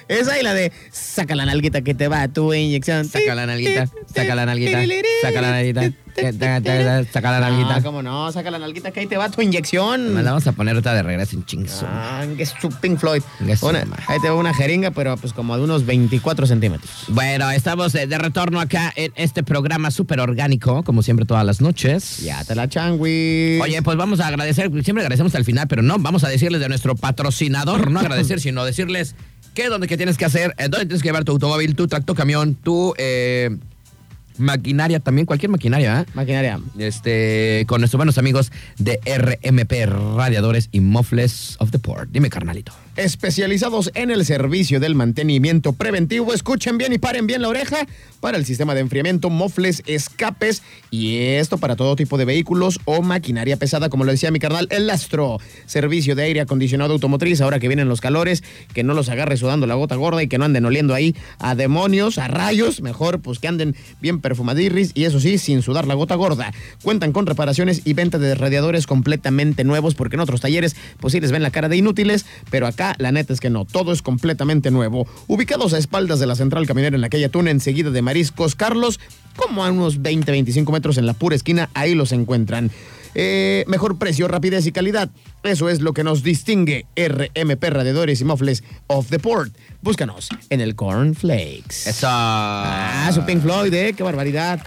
Esa y la de saca la nalguita que te va tu inyección.
Saca la nalguita, saca la nalguita, saca la nalguita, eh, ta, ta, ta, saca la nalguita.
No, Ah, cómo no, saca la nalguita que ahí te va tu inyección.
Nos la vamos a poner otra de regreso en chingazo.
Ah, que es su Pink Floyd.
Que es su
Una-
madre.
ahí te va una jeringa, pero pues como de unos 24 centímetros.
Bueno, estamos eh, de retorno acá en este programa súper orgánico, como siempre todas las noches.
Ya te la changui.
Oye, pues vamos a agradecer, siempre agradecemos al final, pero no, vamos a decirles de nuestro patrocinador, no agradecer, sino decirles qué es donde que tienes que hacer, eh, dónde tienes que llevar tu automóvil, tu tracto camión, tu eh, maquinaria también, cualquier maquinaria, ¿eh?
Maquinaria.
Este, con nuestros buenos amigos de RMP Radiadores y Mofles of the Port. Dime, carnalito.
especializados en el servicio del mantenimiento preventivo. Escuchen bien y paren bien la oreja para el sistema de enfriamiento, mofles, escapes y esto para todo tipo de vehículos o maquinaria pesada, como lo decía mi carnal, el Astro. Servicio de aire acondicionado automotriz, ahora que vienen los calores, que no los agarre sudando la gota gorda y que no anden oliendo ahí a demonios, a rayos, mejor pues que anden bien perfumadirris y eso sí, sin sudar la gota gorda. Cuentan con reparaciones y venta de radiadores completamente nuevos porque en otros talleres pues sí les ven la cara de inútiles, pero acá la neta es que no, todo es completamente nuevo. Ubicados a espaldas de la central caminera en la calle Tuna, enseguida de Mariscos Carlos, como a unos 20-25 metros en la pura esquina, ahí los encuentran. Eh, mejor precio, rapidez y calidad. Eso es lo que nos distingue RMP Radiadores y Mofles of the Port. Búscanos en el Cornflakes.
Eso.
Ah, su Pink Floyd, ¿eh? Qué barbaridad.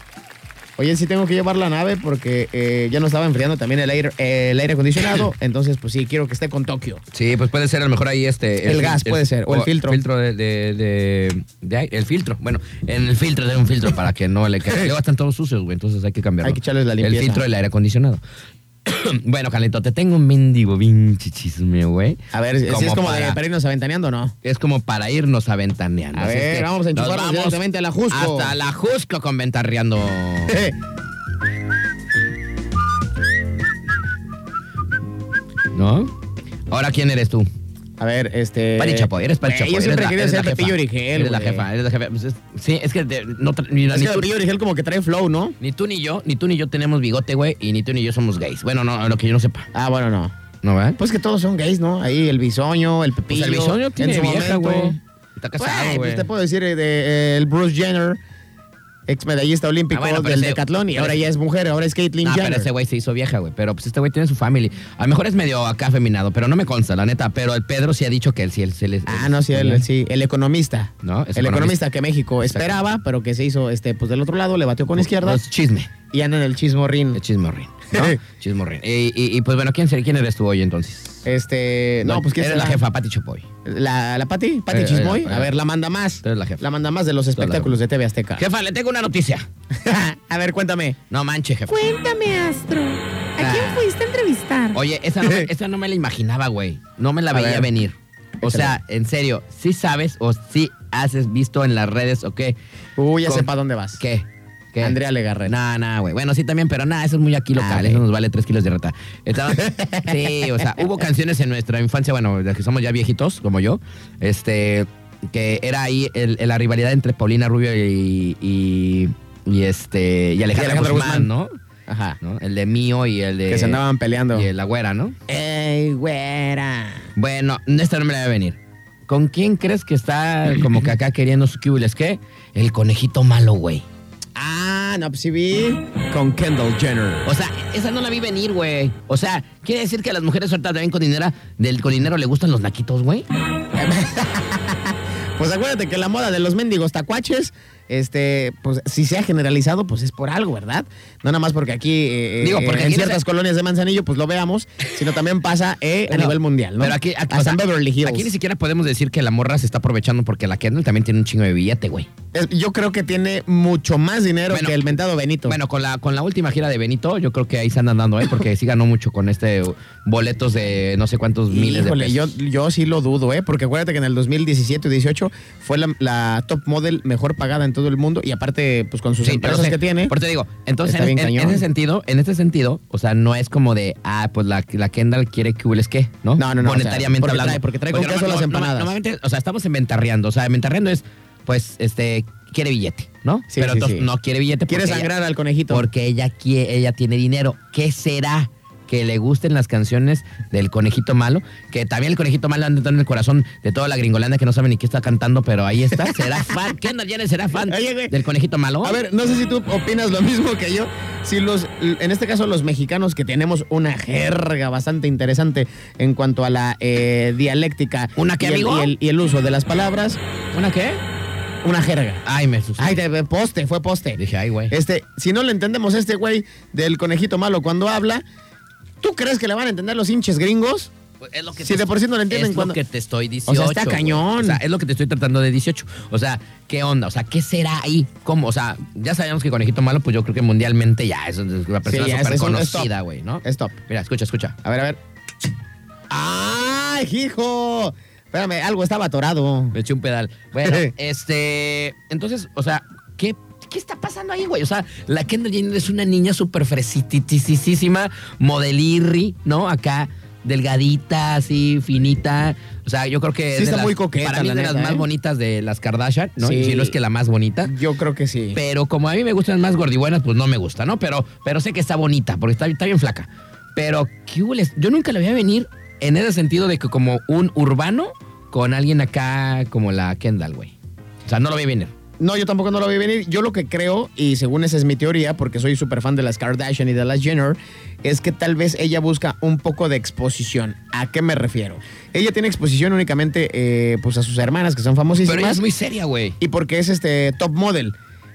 Oye, sí tengo que llevar la nave porque eh, ya no estaba enfriando también el aire, eh, el aire acondicionado. Entonces, pues sí, quiero que esté con Tokio.
Sí, pues puede ser a lo mejor ahí este.
El
fil-
gas puede ser, o el filtro.
filtro de, de, de- de aire, El filtro. Bueno, en el filtro de un filtro para que no le caiga. Luego están todos sucios, güey, entonces hay que cambiarlo.
Hay que echarles la limpieza.
El filtro del aire acondicionado. bueno, Carlito, te tengo un mendigo pinche chisme, güey.
A ver, si es como de
para-
para irnos aventaneando o no.
es como para irnos aventaneando.
A
Así es
ver,
que
vamos
nos
a enchufarnos
vamos
directamente a la Jusco.
Hasta la Jusco con Ventarreando. ¿No? Ahora, ¿quién eres tú?
A ver, este.
Pari Chapoy, eres Pari
Güey,
Chapoy.
Yo
eres
siempre
la-
quería
eres
ser
la jefa,
Pepillo Origel.
Eres la
güey.
jefe, eres la jefa. Pues es- sí, es que de- no tra- ni,
Es
ni
que
tú,
Pepillo Origel como que trae flow, ¿no?
ni tú ni yo, ni tú ni yo tenemos bigote, güey, y ni tú ni yo somos gays. Bueno, no, lo que yo no sepa.
Ah, bueno, no.
¿No, va?
Pues que todos son gays, ¿no? Ahí el bisoño, el pepillo.
Pues el bisoño tiene
en su
vieja,
momento.
güey. Está casado,
Güey, pues
güey.
te puedo decir eh, de, eh, el Bruce Jenner, ex medallista olímpico
Ah, bueno, pero
del
ese-
decatlón y
pero
ahora
ese-
ya es mujer, ahora es Caitlyn
No,
Jenner.
pero ese güey se hizo vieja, güey. Pero pues este güey tiene su family. A lo mejor es medio acá afeminado, pero no me consta, la neta. Pero el Pedro sí ha dicho que él sí, él, sí, él-
ah,
él-
no, sí,
él-
el, sí, el economista.
No, es
el
economista.
economista que México
Exacto.
esperaba, pero que se hizo este, pues del otro lado, le batió con izquierda Mm.
Pues, chisme,
y anda en el chismorrín.
el chismorrín. ¿no? chismorrín. Y, y- y, pues bueno, ¿quién, ser- ¿quién eres tú hoy entonces?
Este, no, pues que
Eres la jefa, Pati Chapoy.
La, la Pati, Pati
Eh,
Chismoy.
eh, eh.
a ver, la manda más.
Tú eres la jefa.
manda más de los
eres la
espectáculos de TV Azteca.
Jefa, le tengo una noticia.
a ver, cuéntame.
No manches, jefa.
Cuéntame, Astro. ¿A quién
Ah.
fuiste a entrevistar?
Oye, esa no, me, esa no me la imaginaba, güey. No me la veía
ver.
venir. O sea, en serio, ¿sí sabes o sí haces visto en las redes o qué?
Uy, ya
Con-
sé para dónde vas.
¿Qué? ¿Qué?
Andrea Legarreta.
Nah, nah, güey. Bueno, sí también, pero nada, eso es muy aquí
Ah,
local.
güey.
eso nos vale tres kilos de rata. Estaba- sí, o sea, hubo canciones en nuestra infancia, bueno, las que somos ya viejitos, como yo, este, que era ahí el- el- la rivalidad entre Paulina Rubio y, y, y este, y Alejandra,
Y Alejandra
Guzmán,
Guzmán.
¿no?
Ajá.
¿no? El de mío y el de...
que se andaban peleando.
Y el la güera, ¿no?
¡Ey, güera!
Bueno, esta no me la voy a venir. ¿Con quién crees que está como que acá queriendo su cubiles? ¿Qué? El conejito malo, güey.
Ah, no, pues sí vi. Con Kendall Jenner.
O sea, esa no la vi venir, güey. O sea, ¿quiere decir que a las mujeres ahorita también con dinero, del, con dinero le gustan los naquitos, güey?
Pues acuérdate que la moda de los mendigos tacuaches, este, pues si se ha generalizado, pues es por algo, ¿verdad? No nada más porque aquí, eh,
Digo,
eh,
porque
en
aquí no
ciertas
se-
colonias de Manzanillo, pues lo veamos, sino también pasa eh, a
No,
nivel mundial, ¿no?
Pero aquí, aquí,
Hasta
o sea,
en Beverly Hills.
aquí ni siquiera podemos decir que la morra se está aprovechando porque la Kendall también tiene un chingo de billete, güey.
Es- Yo creo que tiene mucho más dinero
Bueno,
que el mentado Benito.
Bueno, con la, con la última gira de Benito, yo creo que ahí se andan dando, ¿eh? Porque sí ganó mucho con este boletos de no sé cuántos miles de
Híjole,
pesos.
yo, yo sí lo dudo, ¿eh? Porque acuérdate que en el 2017 18 fue la, la top model mejor pagada en todo el mundo y aparte, pues con sus
Sí,
empresas
pero sé,
que tiene.
Por eso te digo, entonces
Está
en,
bien
en-
cañón.
en ese sentido, en este sentido, o sea, no es como de, ah, pues la, la Kendall quiere que hueles qué, ¿no?
No, no, no, o sea,
Monetariamente
porque
hablando.
trae- porque trae con
norma-
queso las
norma-
empanadas.
Normalmente, o sea, estamos inventarreando, o sea, inventarreando es, pues, este, quiere billete, ¿no?
Sí,
Pero
sí,
entonces
sí.
no quiere billete
Quiere
porque
sangrar
ella,
al conejito.
porque ella, quie- ella tiene dinero. ¿Qué será? que le gusten las canciones del Conejito Malo, que también el Conejito Malo anda en el corazón de toda la gringolanda que no sabe ni qué está cantando, pero ahí está, será fan. Kendall Jenner será fan
Oye, güey.
del Conejito Malo.
A ver, no sé si tú opinas lo mismo que yo. Si los, en este caso los mexicanos que tenemos una jerga bastante interesante en cuanto a la eh, dialéctica
¿Una qué,
y, el,
amigo?
y el- y el uso de las palabras,
¿Una qué?
una jerga.
Ay, me asusté.
Ay, de- de poste, fue poste.
Dije, ay, güey.
Este, si no le entendemos a este güey del conejito malo cuando habla, ¿tú crees que le van a entender los hinches gringos?
Es lo que
Si de por sí no lo entienden
es
cuando-
lo que te estoy
sea,
diciendo.
está cañón.
O sea, es lo que te estoy tratando de 18. O sea, ¿qué onda? O sea, ¿qué será ahí? ¿Cómo? O sea, ya sabíamos que Conejito Malo, pues yo creo que mundialmente ya es una persona
ya, es-
súper
es un-
conocida,
stop.
güey, ¿no?
Stop.
Mira, escucha, escucha.
A ver, a ver. ¡Ay, hijo! Espérame, algo estaba atorado.
Me eché un pedal. Bueno, este. Entonces, o sea, ¿qué, qué está pasando ahí, güey? O sea, la Kendall Jenner es una niña súper fresititisísima, modelirri, ¿no? Acá, delgadita, así, finita. O sea, yo creo que.
Sí
es de
está
las-
muy coqueta,
Para mí,
la
de las
neta,
más
¿eh?
bonitas de las Kardashian, ¿no?
Sí.
Si no es que la más bonita.
Yo creo que sí.
Pero como a mí me gustan más gordibuenas, pues no me gusta, ¿no? Pero, pero sé que está bonita, porque está, está bien flaca. Pero, ¿qué hubo les- Yo nunca la voy a venir en ese sentido de que como un urbano con alguien acá como la Kendall, güey. O sea, no lo voy a venir.
No, yo tampoco no lo vi venir. Yo lo que creo, y según esa es mi teoría, porque soy súper fan de las Kardashian y de las Jenner, es que tal vez ella busca un poco de exposición. ¿A qué me refiero? Ella tiene exposición únicamente eh, pues a sus hermanas, que son famosísimas.
Pero ella es muy seria, güey.
y porque es este top model.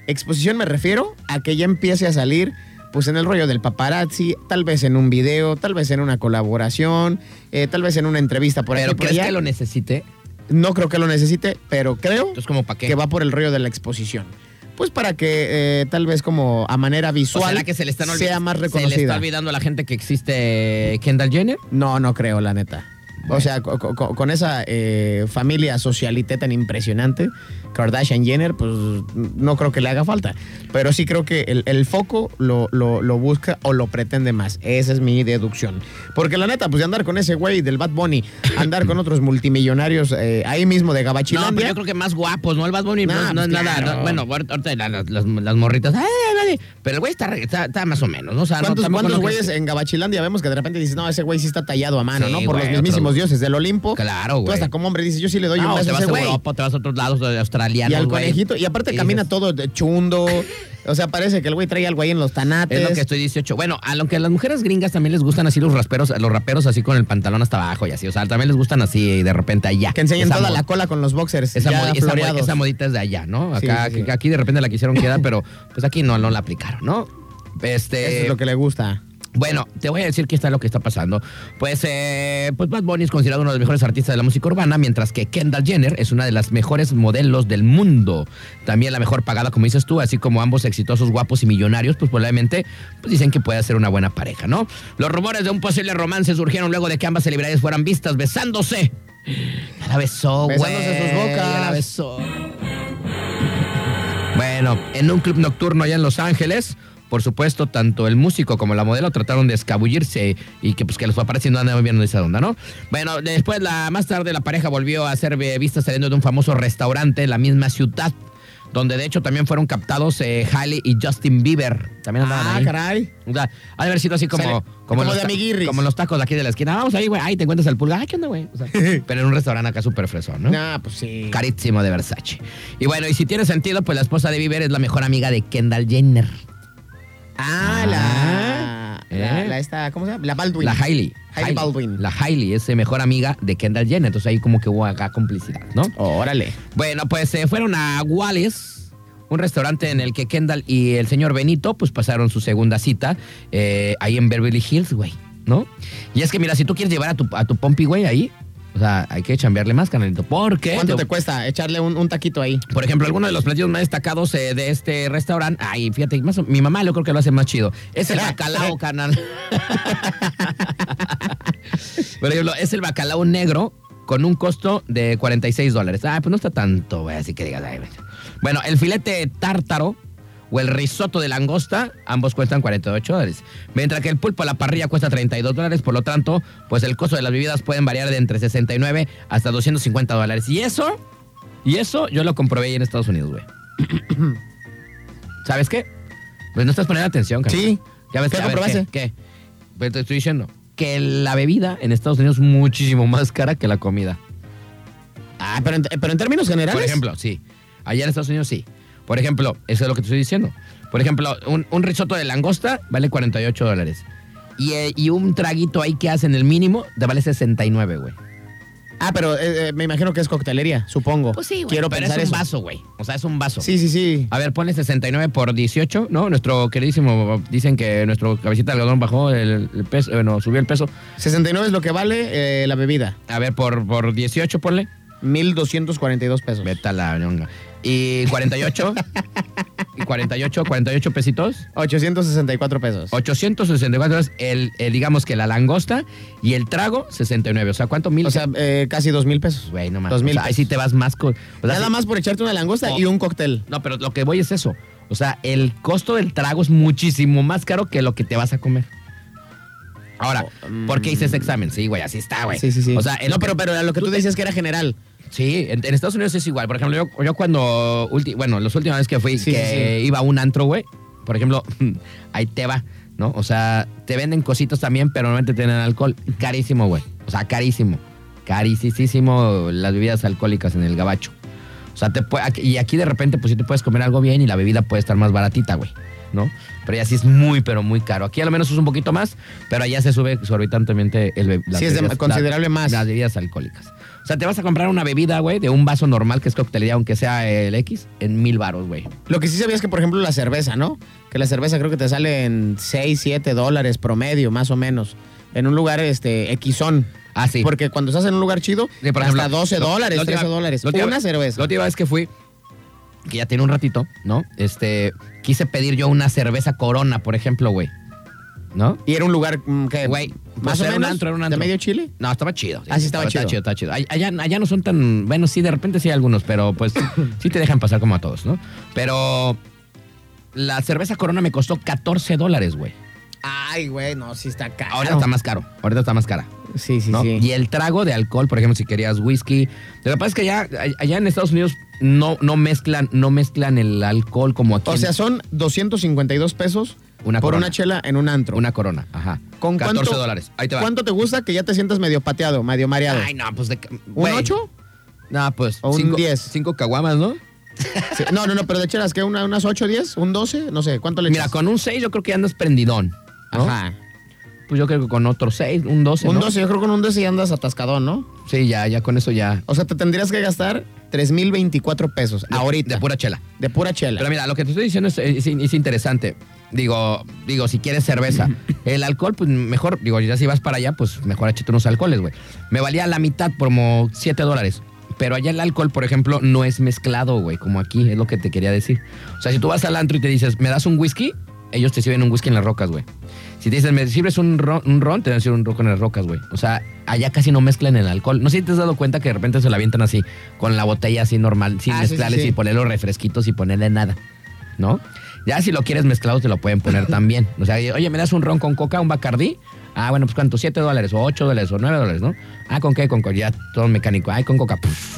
Exposición me refiero a que ya empiece a salir pues en el rollo del paparazzi, tal vez en un video, tal vez en una colaboración, eh, tal vez en una entrevista por
Pero
aquí, por
¿crees
allá.
que lo necesite?
No creo que lo necesite, pero creo
Entonces, ¿como para qué?
que va por el rollo de la exposición. Pues para que eh, tal vez como a manera
¿O
visual
será que se le, están olvi-
sea más
se le está
reconocida.
olvidando a la gente que existe Kendall Jenner?
no, no creo, la neta. O sea, co- co- co- con esa eh, familia socialité tan impresionante, Kardashian Jenner, pues no creo que le haga falta. Pero sí creo que el, el foco lo, lo- lo busca o lo pretende más. Esa es mi deducción. Porque la neta, pues de andar con ese güey del Bad Bunny, andar con otros multimillonarios eh, ahí mismo de Gabachilandia.
No, pero yo creo que más guapos, ¿no? El Bad Bunny no,
Nah,
no es
pues,
nada.
claro.
no- bueno, ahor- ahorita la- las, las- las morritas. ay, ay, ay, Pero el güey está, re- está, está más o menos, ¿no? O sea, no,
¿Cuántos,
tampoco
cuántos
no crees
güeyes eh, en Gabachilandia vemos que de repente dices, no, ese güey sí está tallado a mano,
Sí,
¿no? Por
güey,
los mismísimos
otro-
dioses del Olimpo.
Claro,
Tú
güey.
hasta como hombre dices, yo sí le doy
No,
un
te
beso a
vas
ese
a
güey.
Europa, te vas a otros lados de australianos.
Y al
güey.
conejito, y aparte
Y
camina
dices,
todo de chundo. O sea, parece que el güey trae algo ahí en los tanates.
Es lo que estoy 18. Bueno, a lo que a las mujeres gringas también les gustan así los rasperos, los raperos así con el pantalón hasta abajo y así. O sea, también les gustan así de repente allá.
Que enseñan
Esa
toda
mod-
la cola con los boxers.
Esa,
ya
mod- esa mod-
floreados.
esa modita es de allá, ¿no?
Sí,
Acá,
sí, sí.
que aquí de repente la quisieron quedar, pero pues aquí no, no la aplicaron, ¿no? Este,
Eso es lo que le gusta.
Bueno, te voy a decir qué está lo que está pasando. Pues, eh, pues Bad Bunny es considerado uno de los mejores artistas de la música urbana, mientras que Kendall Jenner es una de las mejores modelos del mundo. También la mejor pagada, como dices tú, así como ambos exitosos, guapos y millonarios, pues probablemente pues, dicen que puede ser una buena pareja, ¿no? Los rumores de un posible romance surgieron luego de que ambas celebridades fueran vistas besándose. Ya la besó, güey.
Besándose sus bocas.
Ya la besó. Bueno, en un club nocturno allá en Los Ángeles, por supuesto, tanto el músico como la modelo trataron de escabullirse y que pues que los paparazzi no andaban viendo esa onda, ¿no? Bueno, después, la, más tarde, la pareja volvió a ser eh, vista saliendo de un famoso restaurante en la misma ciudad, donde de hecho también fueron captados eh, Hailey y Justin Bieber. También andaban
Ah,
ahí.
caray.
O sea, ha de haber sido así como,
Sale-
como,
como
en los
de
ta-
amiguirris.
como en los tacos de aquí de la esquina. Ah, Vamos ahí, güey. Ahí te encuentras al pulga. Ay, ¿qué onda, güey? O sea, pero en un restaurante acá súper fresón, ¿no?
Nah, pues sí.
Carísimo de Versace. Y bueno, y si tiene sentido, pues la esposa de Bieber es la mejor amiga de Kendall Jenner,
Ah, la,
¿Eh?
la. La esta, ¿cómo se llama? La Baldwin.
la Hailey.
Hailey Baldwin.
La Hailey es eh, mejor amiga de Kendall Jenner. Entonces ahí como que hubo acá complicidad, ¿no?
Órale.
Bueno, pues se fueron a Wallace, un restaurante en el que Kendall y el señor Benito pues pasaron su segunda cita eh, ahí en Beverly Hills, güey, ¿no? Y es que mira, si tú quieres llevar a tu, a tu pompi, güey, ahí, o sea, hay que chambearle más, canalito. ¿Por qué?
¿Cuánto te cuesta echarle un, un taquito ahí?
Por ejemplo, algunos de los platillos más destacados eh, de este restaurante. Ay, fíjate, más o- mi mamá yo creo que lo hace más chido. Es el bacalao, canal. Por ejemplo, es el bacalao negro con un costo de 46 dólares. Ah, pues no está tanto, güey, así que digas. ay, güey. bueno, el filete tártaro o el risotto de langosta, ambos cuestan 48 dólares. Mientras que el pulpo a la parrilla cuesta 32 dólares, por lo tanto, pues el costo de las bebidas pueden variar de entre 69 hasta 250 dólares. Y eso, y eso yo lo comprobé ahí en Estados Unidos, güey. ¿Sabes qué? Pues no estás poniendo atención, carnal.
Sí.
Ya ves
¿Qué
que, a ver,
comprobaste?
¿qué? ¿Qué? Pero te estoy diciendo que la bebida en Estados Unidos es muchísimo más cara que la comida.
Ah, pero en, pero en términos generales.
Por ejemplo, sí. Allá en Estados Unidos sí. Por ejemplo, eso es lo que te estoy diciendo. Por ejemplo, un, un risotto de langosta vale 48 dólares. Y, eh, y un traguito ahí que hacen el mínimo te vale 69, güey.
Ah, pero eh, eh, me imagino que es coctelería, supongo.
Pues sí, güey.
Quiero
Pero es
pensar
un
eso.
vaso, güey. O sea, es un vaso.
Sí, sí, sí.
A ver, ponle 69 por 18, ¿no? Nuestro queridísimo, dicen que nuestro cabecita de algodón bajó el, el peso, bueno, subió el peso.
69 es lo que vale eh, la bebida.
A ver, por, por 18, ponle.
1242 pesos.
Vete a la ñonga. Y 48. y 48, 48 pesitos.
864 pesos.
864 dólares, el, el, digamos que la langosta y el trago, 69. O sea, ¿cuánto? Mil.
O sea, eh, casi 2000 pesos.
güey, no más.
Dos
O
mil
sea, ahí sí
pesos.
te vas más con. o sea,
Nada
sí-
más por echarte una langosta
Oh.
y un cóctel.
No, pero lo que voy es eso. O sea, el costo del trago es muchísimo más caro que lo que te vas a comer. Ahora, ¿por qué hice ese examen? Sí, güey, así está, güey.
Oh, mm. Sí, sí, sí.
O sea, eh, el-
no, pero, pero lo que tú decías que era general.
Sí, en, en Estados Unidos es igual. Por ejemplo, yo, yo cuando. ulti- bueno, las últimas veces que fui,
Sí,
que iba a un antro, güey. Por ejemplo, ahí te va, ¿no? O sea, te venden cositos también, pero normalmente tienen alcohol. Carísimo, güey. O sea, carísimo. Carísimo las bebidas alcohólicas en el gabacho. O sea, te pue- aquí- y aquí de repente, pues sí te puedes comer algo bien y la bebida puede estar más baratita, güey. ¿No? Pero ya sí es muy, pero muy caro. Aquí al menos es un poquito más, pero allá se sube exorbitantemente el be- las
Sí, es de-
bebidas-
considerable
la-
más.
Las bebidas alcohólicas. O sea, te vas a comprar una bebida, güey, de un vaso normal que es coctelería, aunque sea el X, en mil baros, güey.
Lo que sí sabías que, por ejemplo, la cerveza, ¿no? Que la cerveza creo que te sale en 6, 7 dólares promedio, más o menos. En un lugar, este, equizón.
Ah, sí.
Porque cuando estás en un lugar chido,
Sí, por
hasta
ejemplo,
12
lo-
dólares,
la última-
13 dólares.
la última-
Una
La
cerveza.
última vez que fui, que ya tiene un ratito, ¿no? Este, quise pedir yo una cerveza corona, por ejemplo, güey. ¿No?
Y era un lugar mm, que,
Güey,
más
pues
o
era un
menos,
antro, era un antro.
de medio Chile.
No, estaba chido.
Ah, sí, estaba chido.
Estaba chido, estaba chido. Allá, allá no son tan. Bueno, sí, de repente sí hay algunos, pero pues sí te dejan pasar como a todos, ¿no? Pero la cerveza Corona me costó 14 dólares, güey.
Ay, güey, Ah, no, sí está caro.
Ahorita está más caro. Ahorita está más cara.
Sí, sí,
¿no?
sí.
Y el trago de alcohol, por ejemplo, si querías whisky. Lo que pasa es que allá, allá en Estados Unidos no, no, mezclan, no mezclan el alcohol como aquí.
O
en
sea, son 252 pesos
Una
por
corona.
una chela en un antro.
una corona. Ajá.
¿Con
14
cuánto-
dólares. Ahí te va.
¿Cuánto te gusta que ya te sientas medio pateado, medio mareado?
Ay, no, pues de.
¿Un
güey.
8?
No, pues.
O un
cinco-
10.
Cinco caguamas, ¿no?
Sí, No, no, no, pero de chelas, ¿qué? Una, ¿Unas 8, 10? ¿Un 12? No sé, ¿cuánto le
Mira,
echas?
con un 6 yo creo que andas prendidón. ¿no?
Ajá.
Pues yo creo que con otro 6, un 12.
Un
¿no?
12, yo creo que con un 12 ya andas atascadón, ¿no?
Sí, ya, ya con eso ya.
O sea, te tendrías que gastar 3,024 pesos ahorita.
De pura chela.
de pura chela.
Pero mira, lo que te estoy diciendo es, es- es interesante. Digo, digo, si quieres cerveza. El alcohol, pues mejor, digo, ya si vas para allá, pues mejor échate unos alcoholes, güey. Me valía la mitad, como 7 dólares. Pero allá el alcohol, por ejemplo, no es mezclado, güey, como aquí, es lo que te quería decir. O sea, si tú vas al antro y te dices, ¿me das un whisky? Ellos te sirven un whisky en las rocas, güey. Si te dicen, ¿me sirves un ron? Un ron te van a servir un ron en las rocas, güey. O sea, allá casi no mezclan el alcohol. No sé si te has dado cuenta que de repente se la avientan así, con la botella así normal, sin
Ah, sí, sí,
mezclarles
sí.
y poner los refresquitos y ponerle nada. ¿no? Ya si lo quieres mezclado, te lo pueden poner también. O sea, oye, ¿me das un ron con coca, un bacardí? Ah, bueno, pues ¿cuánto? ¿Siete dólares o ocho dólares o nueve dólares, no? Ah, ¿con qué? Con coca. Ya, todo mecánico. Ay, con coca. Puf,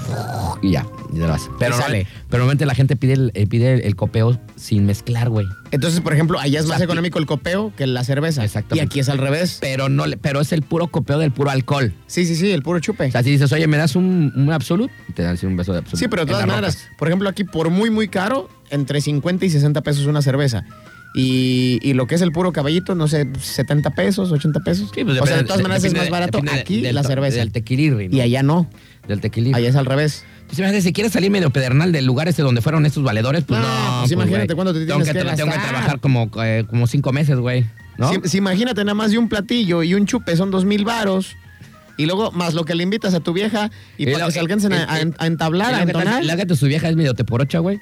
Y ya, y te lo vas. Pero,
Y sale.
pero normalmente la gente pide el, eh, pide el, el copeo sin mezclar, güey.
Entonces, por ejemplo, allá es
O sea,
más
aquí-
económico el copeo que la cerveza.
Exactamente.
Y aquí es al revés.
Pero, no, le- pero es el puro copeo del puro alcohol.
Sí, sí, sí, el puro chupe.
O sea, si dices, oye, ¿me das un, un absolut? Te dan así un beso de absolut.
sí, pero de
En
todas
las
maneras,
rocas.
por ejemplo, aquí por muy, muy caro, entre 50 y 60 pesos una cerveza. Y, y lo que es el puro caballito, no sé, 70 pesos, 80 pesos.
Sí, pues,
o sea, de
depende-
todas maneras es
depende
más
de-
barato
depende de-
aquí
del
la
to-
cerveza.
Del tequilirri, ¿no?
Y allá no,
Del tequilirri.
allá es al revés.
Pues imagínate, si quieres salir medio pedernal del lugar ese donde fueron estos valedores, pues
No,
no.
pues imagínate
güey.
cuánto te
tengo
tienes que
tra- Tengo que
gastar.
trabajar como, eh, como cinco meses, güey. ¿No?
Si, si imagínate nada más de un platillo y un chupe son dos mil varos. Y luego más lo que le invitas a tu vieja y, para
lo-
que se alcancen
y-
a, a en- a
Y
entablar, a
luego que tal-
entonar.
luego que tu- su vieja es medio teporocha, güey.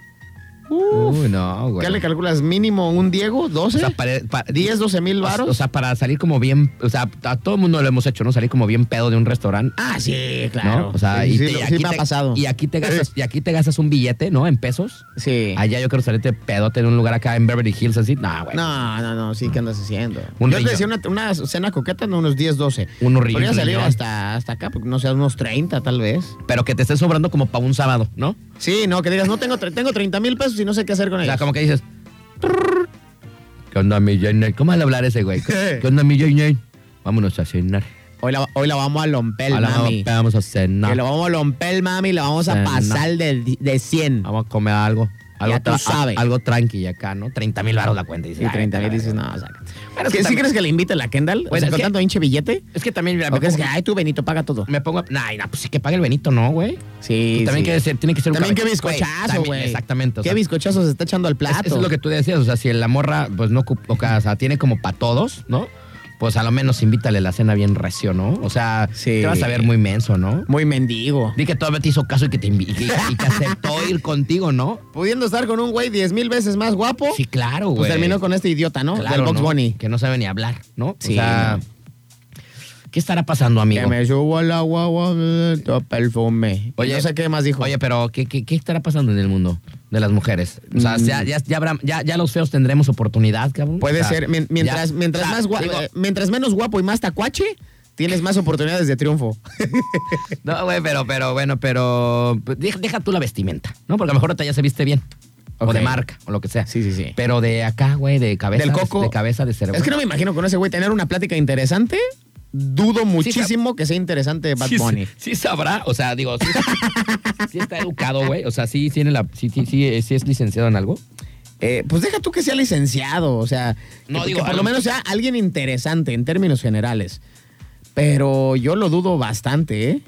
Uf,
Uy, no, güey.
¿Qué le calculas? ¿Mínimo un Diego? ¿12?
O sea, para- para-
10, 12 mil varos.
O sea, para salir como bien, o sea, a todo el mundo lo hemos hecho, ¿no? Salir como bien pedo de un restaurante.
ah, sí,
¿no?
claro.
O sea,
sí,
y
sí,
te-
lo- sí
aquí
me ha
te-
pasado.
Y aquí te gastas, y aquí te gastas un billete, ¿no? En pesos.
sí.
Allá yo quiero salirte pedote en un lugar acá en Beverly Hills, así. No, güey.
No, no, no, sí, ¿qué andas haciendo?
Un
Yo te
riñón.
decía una, una cena coqueta, no, unos 10, 12.
Uno riñón,
Podría salir
riñón.
hasta, hasta acá, porque no sé, unos 30 tal vez.
Pero que te estés sobrando como para un sábado, ¿no?
Sí, no, que digas, no tengo, tre- tengo 30 mil pesos y no sé qué hacer con
O sea,
ellos.
como que dices. "Trrr, ¿Qué ¿Qué onda, mi Jenner? ¿Cómo al hablar ese güey? ¿Qué onda, mi Jenner? Vámonos a cenar.
Hoy la, hoy la vamos a lomper,
A la
mami.
mamá, Vamos a
Que lo
cenar.
vamos a lomper, mami, la vamos a
Eh, no.
pasar de, de 100.
Vamos a comer algo. Algo,
Ya tú
tra-
sabes.
a- algo tranqui acá, ¿no? 30 mil baros la cuenta. dice,
Y
ay,
30 mil
ay,
dices,
ay.
no, sácate.
Bueno, es que
¿Sí, ¿sí
también-
crees que le invite a la Kendall?
Bueno,
o sea,
es
con
que-
tanto hinche billete.
Es que también, mira,
¿O
me
crees que,
pongo,
ay, tú, Benito, paga todo?
me pongo- Ay, no, pues sí que pague el Benito, ¿no, güey?
Sí,
Tú también
sí.
que ser- tiene que ser un
También qué
caballero. Güey,
bizcochazo,
también,
güey.
Exactamente. o
Qué
sea,
bizcochazo se está echando al plato.
es- Eso es lo que tú decías. O sea, si la morra, pues no ocup- o sea, tiene como para todos, ¿no? Pues a lo menos invítale la cena bien recio, ¿no? O sea,
Sí.
te vas a ver muy menso, ¿no?
Muy mendigo.
Di que todavía te hizo caso y que te, invi- y que- y que aceptó ir contigo, ¿no?
Pudiendo estar con un güey 10 mil veces más guapo,
Sí, claro, güey.
pues terminó con este idiota, ¿no?
Claro,
Del Box
¿no?
Bunny.
Que no sabe ni hablar, ¿no?
Sí,
o sea,
no.
¿qué estará pasando, amigo?
Que me subo la guagua eh, todo perfume.
Oye,
Oye, no sé qué más dijo.
Oye, pero ¿qué, qué, qué estará pasando en el mundo de las mujeres? O sea, ya, ya, ya, habrá- ya- ya los feos tendremos oportunidad, cabrón.
Mm. Puede
O sea,
ser. mien- Mientras,
ya-
mientras,
o sea,
más gua-
digo,
eh, mientras menos guapo y más tacuache, tienes más oportunidades de triunfo.
no, güey, pero, pero, bueno, pero pues, deja, deja tú la vestimenta, ¿no? Porque a lo mejor ahorita ya se viste bien. O
Ok.
de marca, o lo que sea.
Sí, sí, sí.
Pero de acá, güey, de cabeza.
Del coco.
De cabeza, de cerebro.
Es que no me imagino con ese güey tener una plática interesante. Dudo muchísimo que sea interesante Bad
sí,
Bunny.
sí, sí sabrá, o sea, digo, sí, sí está educado, güey. O sea, sí tiene la, sí, sí, sí, eh, sí es licenciado en algo.
Eh, pues deja tú que sea licenciado, o sea,
No,
que,
digo,
que por lo
al-
menos sea alguien interesante en términos generales. Pero yo lo dudo bastante, ¿eh?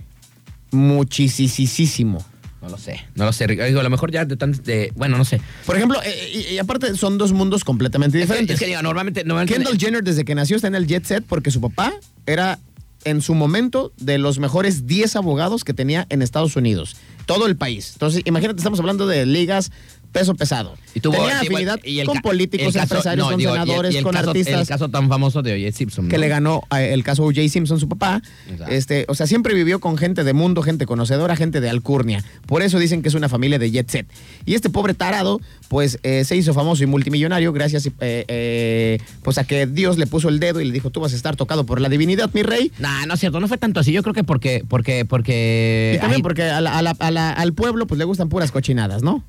Muchisisísimo.
No lo sé, no lo sé. Ricardo. Digo, a lo mejor ya de tantos de, bueno, no sé.
Por ejemplo, eh, y, y aparte son dos mundos completamente
Es que,
diferentes.
es que, digo, normalmente, normalmente-
Kendall Jenner desde que nació está en el jet set porque su papá era en su momento de los mejores 10 abogados que tenía en Estados Unidos, todo el país. Entonces, imagínate, estamos hablando de ligas peso pesado.
Y tuvo-
tenía
sí, güey,
afinidad
y el
con
ca-
políticos,
el caso-
empresarios,
no,
con
digo, y el-
senadores,
y el
con
caso-
artistas.
El caso tan famoso de Oye Simpson.
que
¿no?
le ganó eh, el caso O.J. Simpson, su papá.
Exacto.
Este, o sea, siempre vivió con gente de mundo, gente conocedora, gente de alcurnia. Por eso dicen que es una familia de jet set. Y este pobre tarado, pues eh, se hizo famoso y multimillonario gracias eh, eh, pues a que Dios le puso el dedo y le dijo, tú vas a estar tocado por la divinidad, mi rey.
Nah, no es cierto, no fue tanto así. Yo creo que porque, porque, porque.
Y también
ay,
porque a la- a la- a la- al pueblo pues le gustan puras cochinadas, ¿no?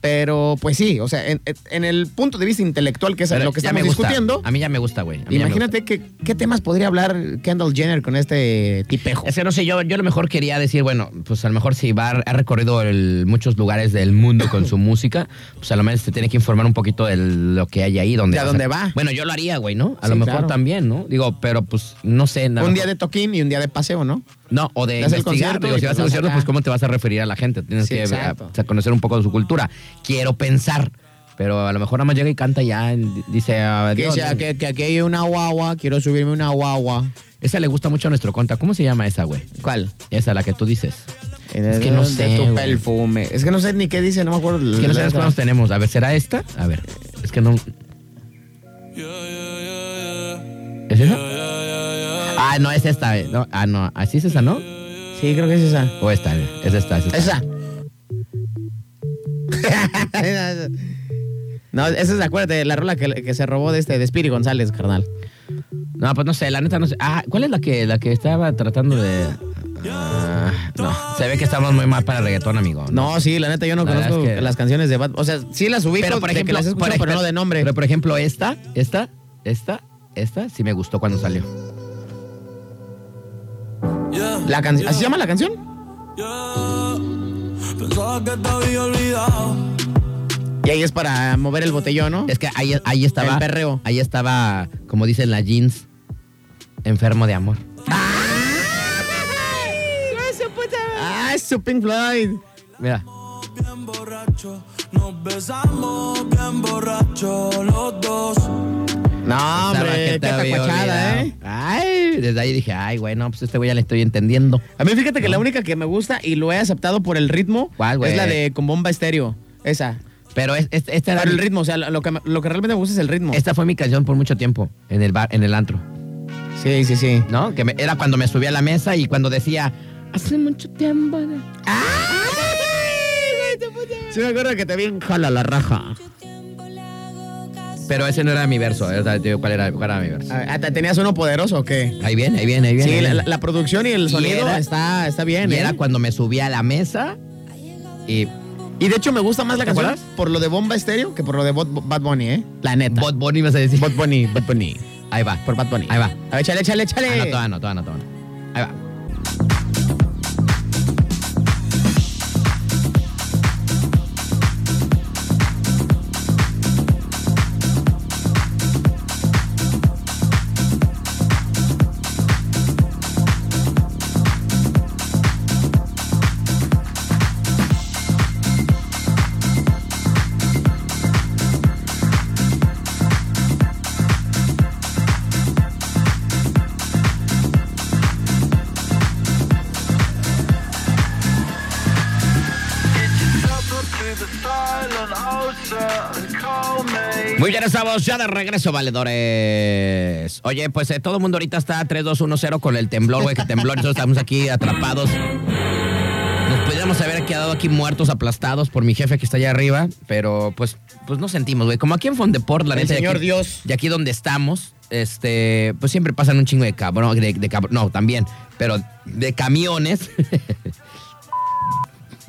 Pero pues sí, o sea, en, en el punto de vista intelectual, que es
pero
lo que
ya
estamos
me gusta.
discutiendo,
A mí ya me gusta, güey. A mí ya me
imagínate que, qué temas podría hablar Kendall Jenner con este tipejo.
Es que no sé, yo, yo a lo mejor quería decir, bueno, pues a lo mejor si va, ha recorrido el- muchos lugares del mundo con su música, pues a lo menos te tiene que informar un poquito de lo que hay ahí. Donde
De a
vas
dónde va.
Bueno, yo lo haría, güey, ¿no? A lo
Sí,
mejor
claro.
también, ¿no? Digo, pero pues no sé. nada
un
más.
día de toquín y un día de paseo, ¿no?
No, o de
Das el
investigar.
concierto
Digo,
y
si vas
te
a
vas
concierto,
acá.
pues cómo te vas a referir a la gente. Tienes
Sí,
que eh,
exacto.
o sea, conocer un poco de su cultura. Quiero pensar, pero a lo mejor nada más llega y canta y ya, y dice "Ah,
Que,
adiós.
sea, que, que aquí hay una guagua, quiero subirme una guagua.
Esa le gusta mucho a nuestro conta. ¿Cómo se llama esa, güey?
¿Cuál?
Esa, la que tú dices. Es que no
De
sé,
tu
güey.
perfume. Es que no sé ni qué dice, no me acuerdo.
Es que no sabes cuántos tenemos. A ver, ¿será esta? A ver, es que no. ¿Es esa? Ah, no, es esta. eh, no, ah, no, así es esa, ¿no?
Sí, creo que es esa.
O esta, eh, es esta, es esta.
Esa. no, esa es, acuérdate, la rola que, que se robó de este, de Spiri González, carnal.
No, pues no sé, la neta no sé. Ah, ¿cuál es la que, la que estaba tratando de.? Ah, no, se ve que estamos muy mal para el reggaetón, amigo.
No, sí, la neta, yo no
La verdad
conozco
es que-
las canciones de Bad O sea, sí las ubico,
pero por
de que
ejemplo,
las escucho,
por ejemplo-
pero no de nombre.
Pero por ejemplo, esta, esta, esta, esta, sí me gustó cuando salió.
La can- ¿Así se llama la canción?
Pensaba que te había olvidado.
Y ahí es para mover el botellón, ¿no?
Es que ahí, ahí estaba.
El perreo.
Ahí estaba, como dicen las jeans, enfermo de amor.
Ah, es su Pink Floyd.
Mira.
Bien borracho, nos besamos bien borracho los dos.
No,
Pensaba que
Ah, hombre,
te
qué
había
tacuachada,
olvidado.
¿eh?
Ay, desde ahí dije, ay, güey, no, pues este güey ya le estoy entendiendo.
A mí fíjate que la única que me gusta y lo he aceptado por el ritmo
¿Cuál, güey?
es la de con bomba estéreo. Esa.
Pero es- es- esta era
Pero el
mi-
ritmo, o sea, lo que, lo que realmente me gusta es el ritmo.
Esta fue mi canción por mucho tiempo en el bar, en el antro,
Sí, sí, sí.
¿no? Que me- era cuando me subía a la mesa y cuando decía, hace mucho tiempo. de-".
Sí me acuerdo que te vi en Jala la raja.
Pero ese no era mi verso, eh, o sea, te digo, ¿cuál era, cuál era mi verso?
A ver, ¿Hasta tenías uno poderoso o qué?
Ahí viene, ahí viene, ahí viene.
Sí,
ahí
la, la-
viene.
la producción y el
Y
sonido
era-
está, está bien,
Y
¿eh?
era cuando me subía a la mesa y
Y de hecho me gusta más la
¿Te
canción
acuerdas?
por lo de Bomba Estéreo que por lo de Bot- Bad Bunny, ¿eh? La neta.
Bot Bunny vas a decir.
Bad Bunny, Bad Bunny.
Ahí va.
Por Bad Bunny.
Ahí va.
A ver, chale,
Ah,
chale,
no,
chale.
todavía no, todavía no, todavía no. Ahí va. Muy bien, estamos ya de regreso, valedores. Oye, pues eh, todo el mundo ahorita está 3-2-1-0 con el temblor, güey, que tembló. Nosotros estamos aquí atrapados. Nos pudiéramos haber quedado aquí muertos, aplastados por mi jefe que está allá arriba, pero pues, pues no sentimos, güey. Como aquí en Fondeport, la
El
neta, de
señor
aquí-
Dios.
de aquí donde estamos, este, pues siempre pasan un chingo de cabrón, de, de cabrón, no, también, pero de camiones.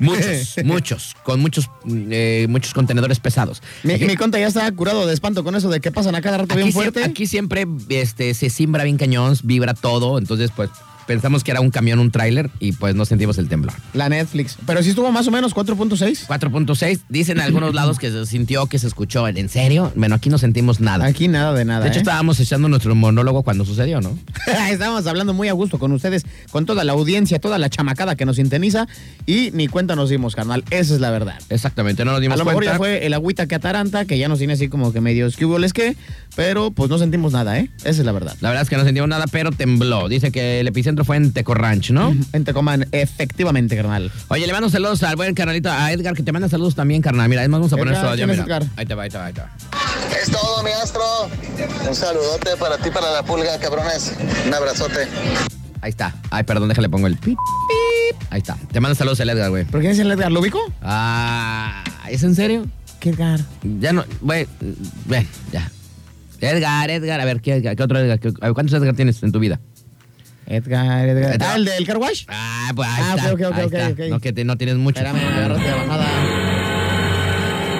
muchos, muchos, con muchos, eh, muchos contenedores pesados.
Mi,
Aquí-
mi conta ya está curado de espanto con eso de que pasan a cada rato bien
sie-
fuerte.
aquí siempre este, se simbra bien cañón, vibra todo. Entonces, pues pensamos que era un camión, un tráiler y pues no sentimos el temblor.
La Netflix. Pero sí estuvo más o menos 4.6.
4.6, dicen en algunos lados que se sintió, que se escuchó. ¿En serio? Bueno, aquí no sentimos nada.
Aquí nada de nada.
de hecho,
¿eh?
estábamos echando nuestro monólogo cuando sucedió, ¿no?
Estábamos hablando muy a gusto con ustedes, con toda la audiencia, toda la chamacada que nos sintoniza y ni cuenta nos dimos, carnal. Esa es la verdad.
Exactamente, no nos dimos
A lo
cuenta.
mejor ya fue el agüita que ataranta, que ya nos tiene así como que medio esquivoles que, pero pues no sentimos nada, ¿eh? Esa es la verdad.
La verdad es que no sentimos nada, pero tembló. Dice que el epicentro fue en Teco Ranch, ¿no?
En Tecomán, efectivamente, carnal.
Oye, le mando saludos al buen carnalito, a Edgar, que te manda saludos también, carnal. Mira, además vamos a
¿Qué
poner su
tal?
audio,
¿Quién es
mira.
Edgar?
Ahí te va, ahí te va, ahí te va.
Es todo, mi astro. Un saludote para ti, para la pulga, cabrones. Un abrazote.
Ahí está. Ay, perdón, déjale, pongo el pip, pip. Ahí está. Te manda saludos el Edgar, güey.
¿Pero quién es el Edgar? ¿Lo ubico?
Ah, ¿es en serio?
¿Qué Edgar?
Ya no, güey, ven, ya. Edgar, Edgar, a ver, ¿qué, Edgar? ¿Qué otro Edgar? ¿Qué- a ver, ¿Cuántos Edgar tienes en tu vida?
Edgar, Edgar.
Edgar.
Ah, el del Carwash.
Ah, pues ahí
Ah,
está.
ok, ok,
ahí
ok,
está.
ok.
No, que te- no tienes mucho.
Espérame, me agarraste de bajada.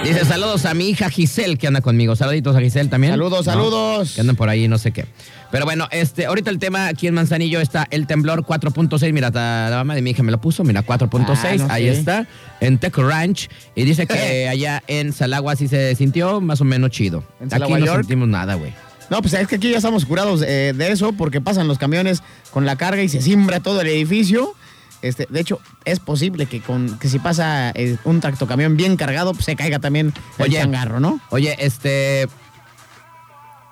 Dice saludos a mi hija Giselle que anda conmigo. Saluditos a Giselle también.
Saludos,
No,
saludos.
que andan por ahí, no sé qué. Pero bueno, este, ahorita el tema aquí en Manzanillo está el temblor 4.6. Mira, ta- la mamá de mi hija me lo puso. Mira, 4.6.
Ah, no
ahí
sé.
está. En Teco Ranch. Y dice que allá en Salagua sí se sintió más o menos chido.
En
aquí
Salagua,
no
York.
sentimos nada, güey.
No, pues es que aquí ya estamos curados eh, de eso porque pasan los camiones con la carga y se simbra todo el edificio. Este, de hecho, es posible que, con, que si pasa eh, un tractocamión bien cargado, pues se caiga también el
Oye.
changarro, ¿no?
Oye, este.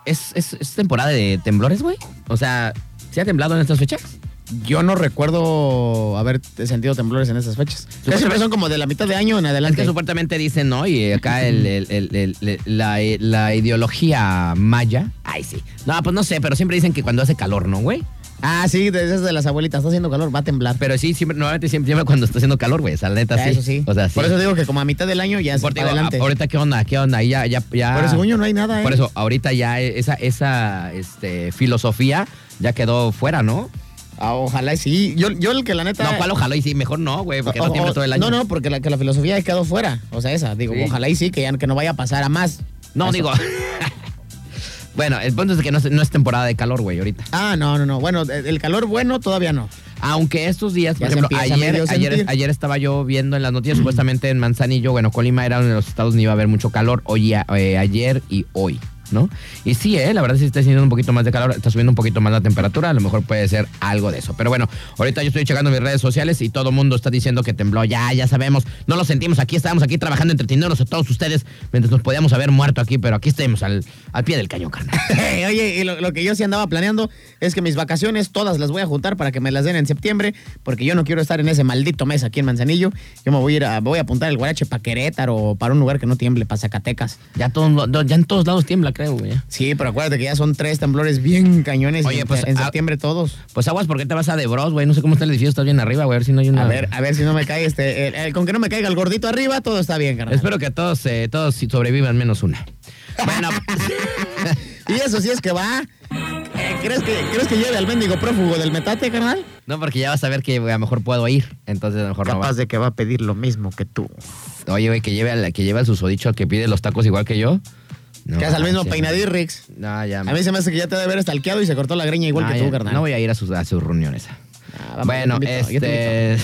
¿Es, es, es temporada de temblores, güey? O sea, ¿se ha temblado en estas fechas?
Yo no recuerdo haber sentido temblores en esas fechas. Casi siempre son como de la mitad de año en
Es
adelante.
que supuestamente dicen, ¿no? Y acá el, el- el- el- el- la, eh, la ideología maya. Ay, sí. No, pues no sé, pero siempre dicen que cuando hace calor, ¿no, güey?
Ah, sí, de esas de las abuelitas. Está haciendo calor, va a temblar.
Pero sí, siempre, normalmente siempre, siempre cuando está haciendo calor, güey. O sea, la neta,
Ah,
sí.
Eso sí. ah,
O sea, sí.
Por eso digo que como a mitad del año ya es
Por-
para
digo,
adelante.
a- ahorita, ¿qué onda? ¿Qué onda? Ahí ya, ya, ya.
Pero según yo no hay nada, ¿eh?
Por eso, ahorita ya eh, esa, esa este, filosofía ya quedó fuera, ¿no?
Ah, ojalá y sí. Yo, yo el que la neta...
No, cuál ojalá y sí, mejor no, güey, porque
O-
no
o-
tiembla todo el año.
No, no, porque la, que la filosofía ha quedado fuera. O sea, esa. Digo,
Sí.
ojalá y sí, que ya que no vaya a pasar a más.
No,
Eso.
digo. bueno, el punto es que no, es- no es temporada de calor, güey, ahorita.
Ah, no, no, no. Bueno, eh, el calor bueno todavía no.
Aunque estos días, por
Ya se
ejemplo,
empieza
ayer,
medio a
ayer,
sentir.
ayer estaba yo viendo en las noticias, supuestamente en Manzanillo, bueno, Colima era uno de los estados donde iba a haber mucho calor hoy, a- eh, ayer y hoy, ¿no? Y sí, eh, la verdad sí está sintiendo un poquito más de calor, está subiendo un poquito más la temperatura, a lo mejor puede ser algo de eso. Pero bueno, ahorita yo estoy checando mis redes sociales y todo el mundo está diciendo que tembló, ya, ya sabemos, no lo sentimos, aquí estábamos aquí trabajando, entreteniéndonos a todos ustedes, mientras nos podíamos haber muerto aquí, pero aquí estamos al, al pie del cañón, carnal.
Oye, y lo, lo que yo sí andaba planeando es que mis vacaciones todas las voy a juntar para que me las den en septiembre, porque yo no quiero estar en ese maldito mes aquí en Manzanillo. Yo me voy a ir a, voy a apuntar el guarache para Querétaro o para un lugar que no tiemble, para Zacatecas.
Ya, todo, ya en todos lados tiembla, creo, güey. eh. ya.
Sí, pero acuérdate que ya son tres temblores bien cañones
Oye,
en,
pues,
en
ah,
septiembre todos.
Pues aguas, ¿por qué te vas a De Bros, güey? No sé cómo está el edificio, estás bien arriba, güey, a ver si no hay una...
A ver, a ver si no me cae este. el- el- con que no me caiga el gordito arriba, todo está bien, carnal.
Espero que todos, eh, todos sobrevivan menos una. Bueno,
Y eso sí es que va. Eh, ¿Crees que, ¿crees que lleve al mendigo prófugo del metate, carnal?
No, porque ya vas a ver que a lo mejor puedo ir. Entonces a lo mejor no
Capaz
vas.
de que va a pedir lo mismo que tú.
Oye, güey, que lleve, al, que lleve al susodicho al que pide los tacos igual que yo. No,
que es al mismo
manches,
peinadirrix.
No, ya.
A mí se me hace que ya te ha de haber estalqueado y se cortó la greña igual
no,
que
ya-
tú, carnal. Ah,
No voy a ir a sus, a sus reuniones.
vamos,
bueno,
yo te invito, yo te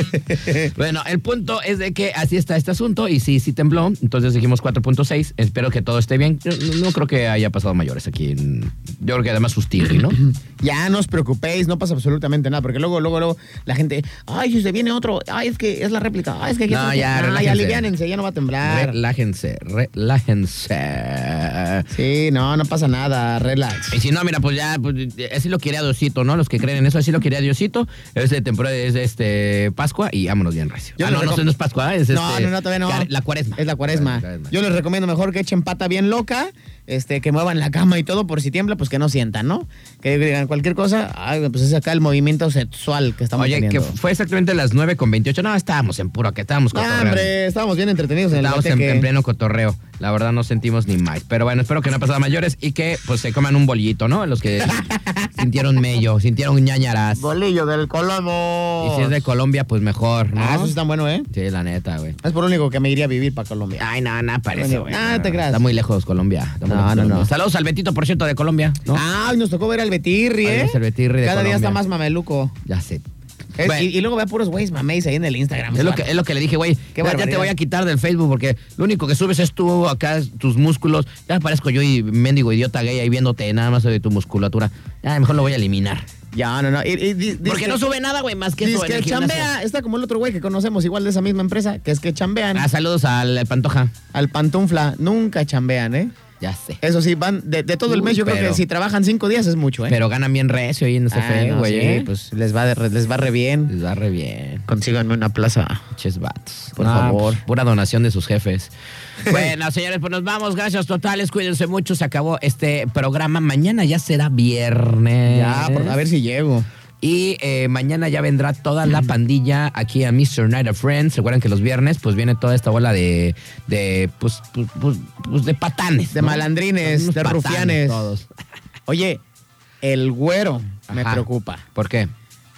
este. bueno, el punto es de que así está este asunto y sí, sí tembló. Entonces dijimos 4.6. Espero que todo esté bien. Yo No, no creo que haya pasado mayores aquí. en- Yo creo que además sustirri, ¿no?
Ya no os preocupéis, no pasa absolutamente nada, porque luego, luego, luego la gente, ay, si se viene otro, ay, es que es la réplica, ay, es que aquí
No,
está-
ya,
Ah,
relájense.
ya aliviánense, ya no va a temblar.
Relájense, relájense.
sí, no, no pasa nada, relax.
Y si no, mira, pues ya, pues, así lo quería Diosito, ¿no? Los que creen en eso, así lo quería Diosito. Es de temporada, es de este Pascua y vámonos bien recio.
Yo
ah,
les
no, no,
recom-
no es Pascua, es
no,
este,
no, no, todavía no.
car- La cuaresma.
Es la cuaresma. Yo les recomiendo mejor que echen pata bien loca, este, que muevan la cama y todo, por si tiembla, pues que no sientan, ¿no? Que digan cualquier cosa, ay, pues es acá el movimiento sexual que estamos
Oye,
teniendo.
que fue exactamente las 9 con 28. No, estábamos en puro, que estábamos
No,
cotorreando.
hombre, estábamos bien entretenidos en el
Estábamos
bote
en,
que-
en pleno cotorreo. La verdad no sentimos ni más. Pero bueno, espero que no ha pasado a mayores y que pues se coman un bollito, ¿no? Los que sintieron mello, sintieron ñañaras.
Bolillo del Colombo.
Y si es de Colombia, pues mejor, ¿no?
Ah, eso está bueno, ¿eh?
Sí, la neta, güey.
Es por lo único que me iría a vivir para Colombia.
Ay, no, no, parece,
Coño,
güey.
nada, te creas.
Está muy lejos Colombia. Está muy
No,
lejos
no,
Colombia.
no.
Saludos al Betito, por cierto, de Colombia. ¿no?
Ah, hoy nos tocó ver al Betirri,
Ay,
¿eh?
es el Betirri de
Cada
Colombia.
día está más mameluco.
Ya sé.
Es-
Bueno.
y, y luego ve a puros güeyes mameis ahí en el Instagram.
Es lo, que, es lo que le dije, güey. Ya, ya te
Qué barbaridad.
voy a quitar del Facebook porque lo único que subes es tú acá, tus músculos. Ya parezco yo y mendigo idiota gay ahí viéndote nada más de tu musculatura. Ya, mejor lo voy a eliminar.
Ya, no, no. Y, y di-
Porque
dizque-
no sube nada, güey, más que eso.
dizque
en el gimnasio.
chambea. Está como el otro güey que conocemos igual de esa misma empresa, que es que chambean.
Ah, saludos al al Pantoja.
Al Pantufla. Nunca chambean, ¿eh?
Ya sé.
Eso sí, van de, de todo el
Uy,
mes. Yo creo
pero-
que si trabajan cinco días es mucho, ¿eh?
Pero ganan bien recio ahí en
Ah,
CFE,
no,
güey.
sí,
¿eh?
pues les va, de re- les va re bien.
Les da re bien.
Consíganme una plaza.
Pinches vatos.
Por favor.
pues, pura donación de sus jefes. bueno, señores, pues nos vamos. Gracias totales. Cuídense mucho. Se acabó este programa. Mañana ya será viernes.
Ya, por- a ver si llego.
Y eh, mañana ya vendrá toda la pandilla aquí a Mr. Night of Friends. Recuerden que los viernes pues viene toda esta bola de, de pues, pues, pues, pues, de patanes.
De malandrines,
Unos
de
patanes
rufianes.
Todos.
Oye, el güero me
Ajá.
preocupa.
¿Por qué?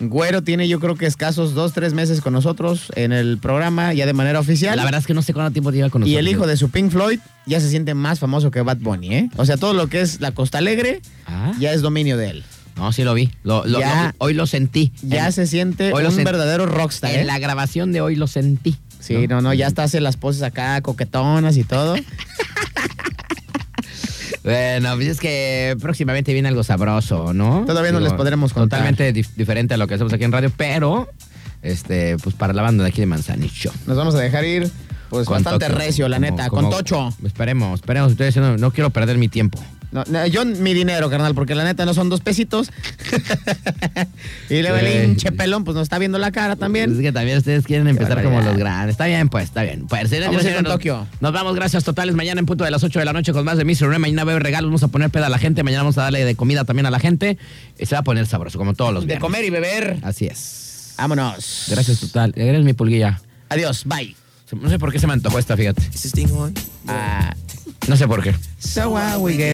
Güero tiene yo creo que escasos dos, tres meses con nosotros en el programa ya de manera oficial.
La verdad es que no sé cuánto tiempo lleva con nosotros.
y el hijo de su Pink Floyd ya se siente más famoso que Bad Bunny, ¿eh? O sea, todo lo que es la Costa Alegre
Ah.
ya es dominio de él.
No, sí lo vi. Lo- lo-
Ya.
lo- hoy lo sentí.
Ya
En-
se siente
hoy lo
un
sent-
verdadero rockstar, ¿eh?
En la grabación de hoy lo sentí.
Sí, no, no, ya hasta hace las poses acá coquetonas y todo.
Bueno, pues es que próximamente viene algo sabroso, ¿no?
Todavía no les podremos contar.
Totalmente dif- diferente a lo que hacemos aquí en radio, pero este, pues para la banda de aquí de Manzanillo.
Nos vamos a dejar ir pues
Con
bastante
Tocho.
recio, la
Como-
neta,
como-
con tocho.
Esperemos, esperemos. Estoy diciendo, no quiero perder mi tiempo.
No, no, yo mi dinero, carnal, porque la neta no son dos pesitos. y luego
Sí.
el hinche pelón, pues nos está viendo la cara
Es
también.
que también ustedes quieren empezar como
barbaridad.
los grandes. Está bien, pues, está bien. Pues, señores,
Vamos a
señores,
ir con
nos-
Tokio.
Nos vamos, gracias totales. Mañana en punto de las 8 de la noche con más de Mr. Ray. Mañana veo regalos, vamos a poner peda a la gente. Mañana vamos a darle de comida también a la gente. Y se va a poner sabroso, como todos los
De
días.
comer y beber.
Así es.
Vámonos.
Gracias total. Eres mi pulguilla.
Adiós. Bye.
No sé por qué se me antojó esta, fíjate.
Is this thing on?
Ah,
No sé por qué.
so, uh, we get-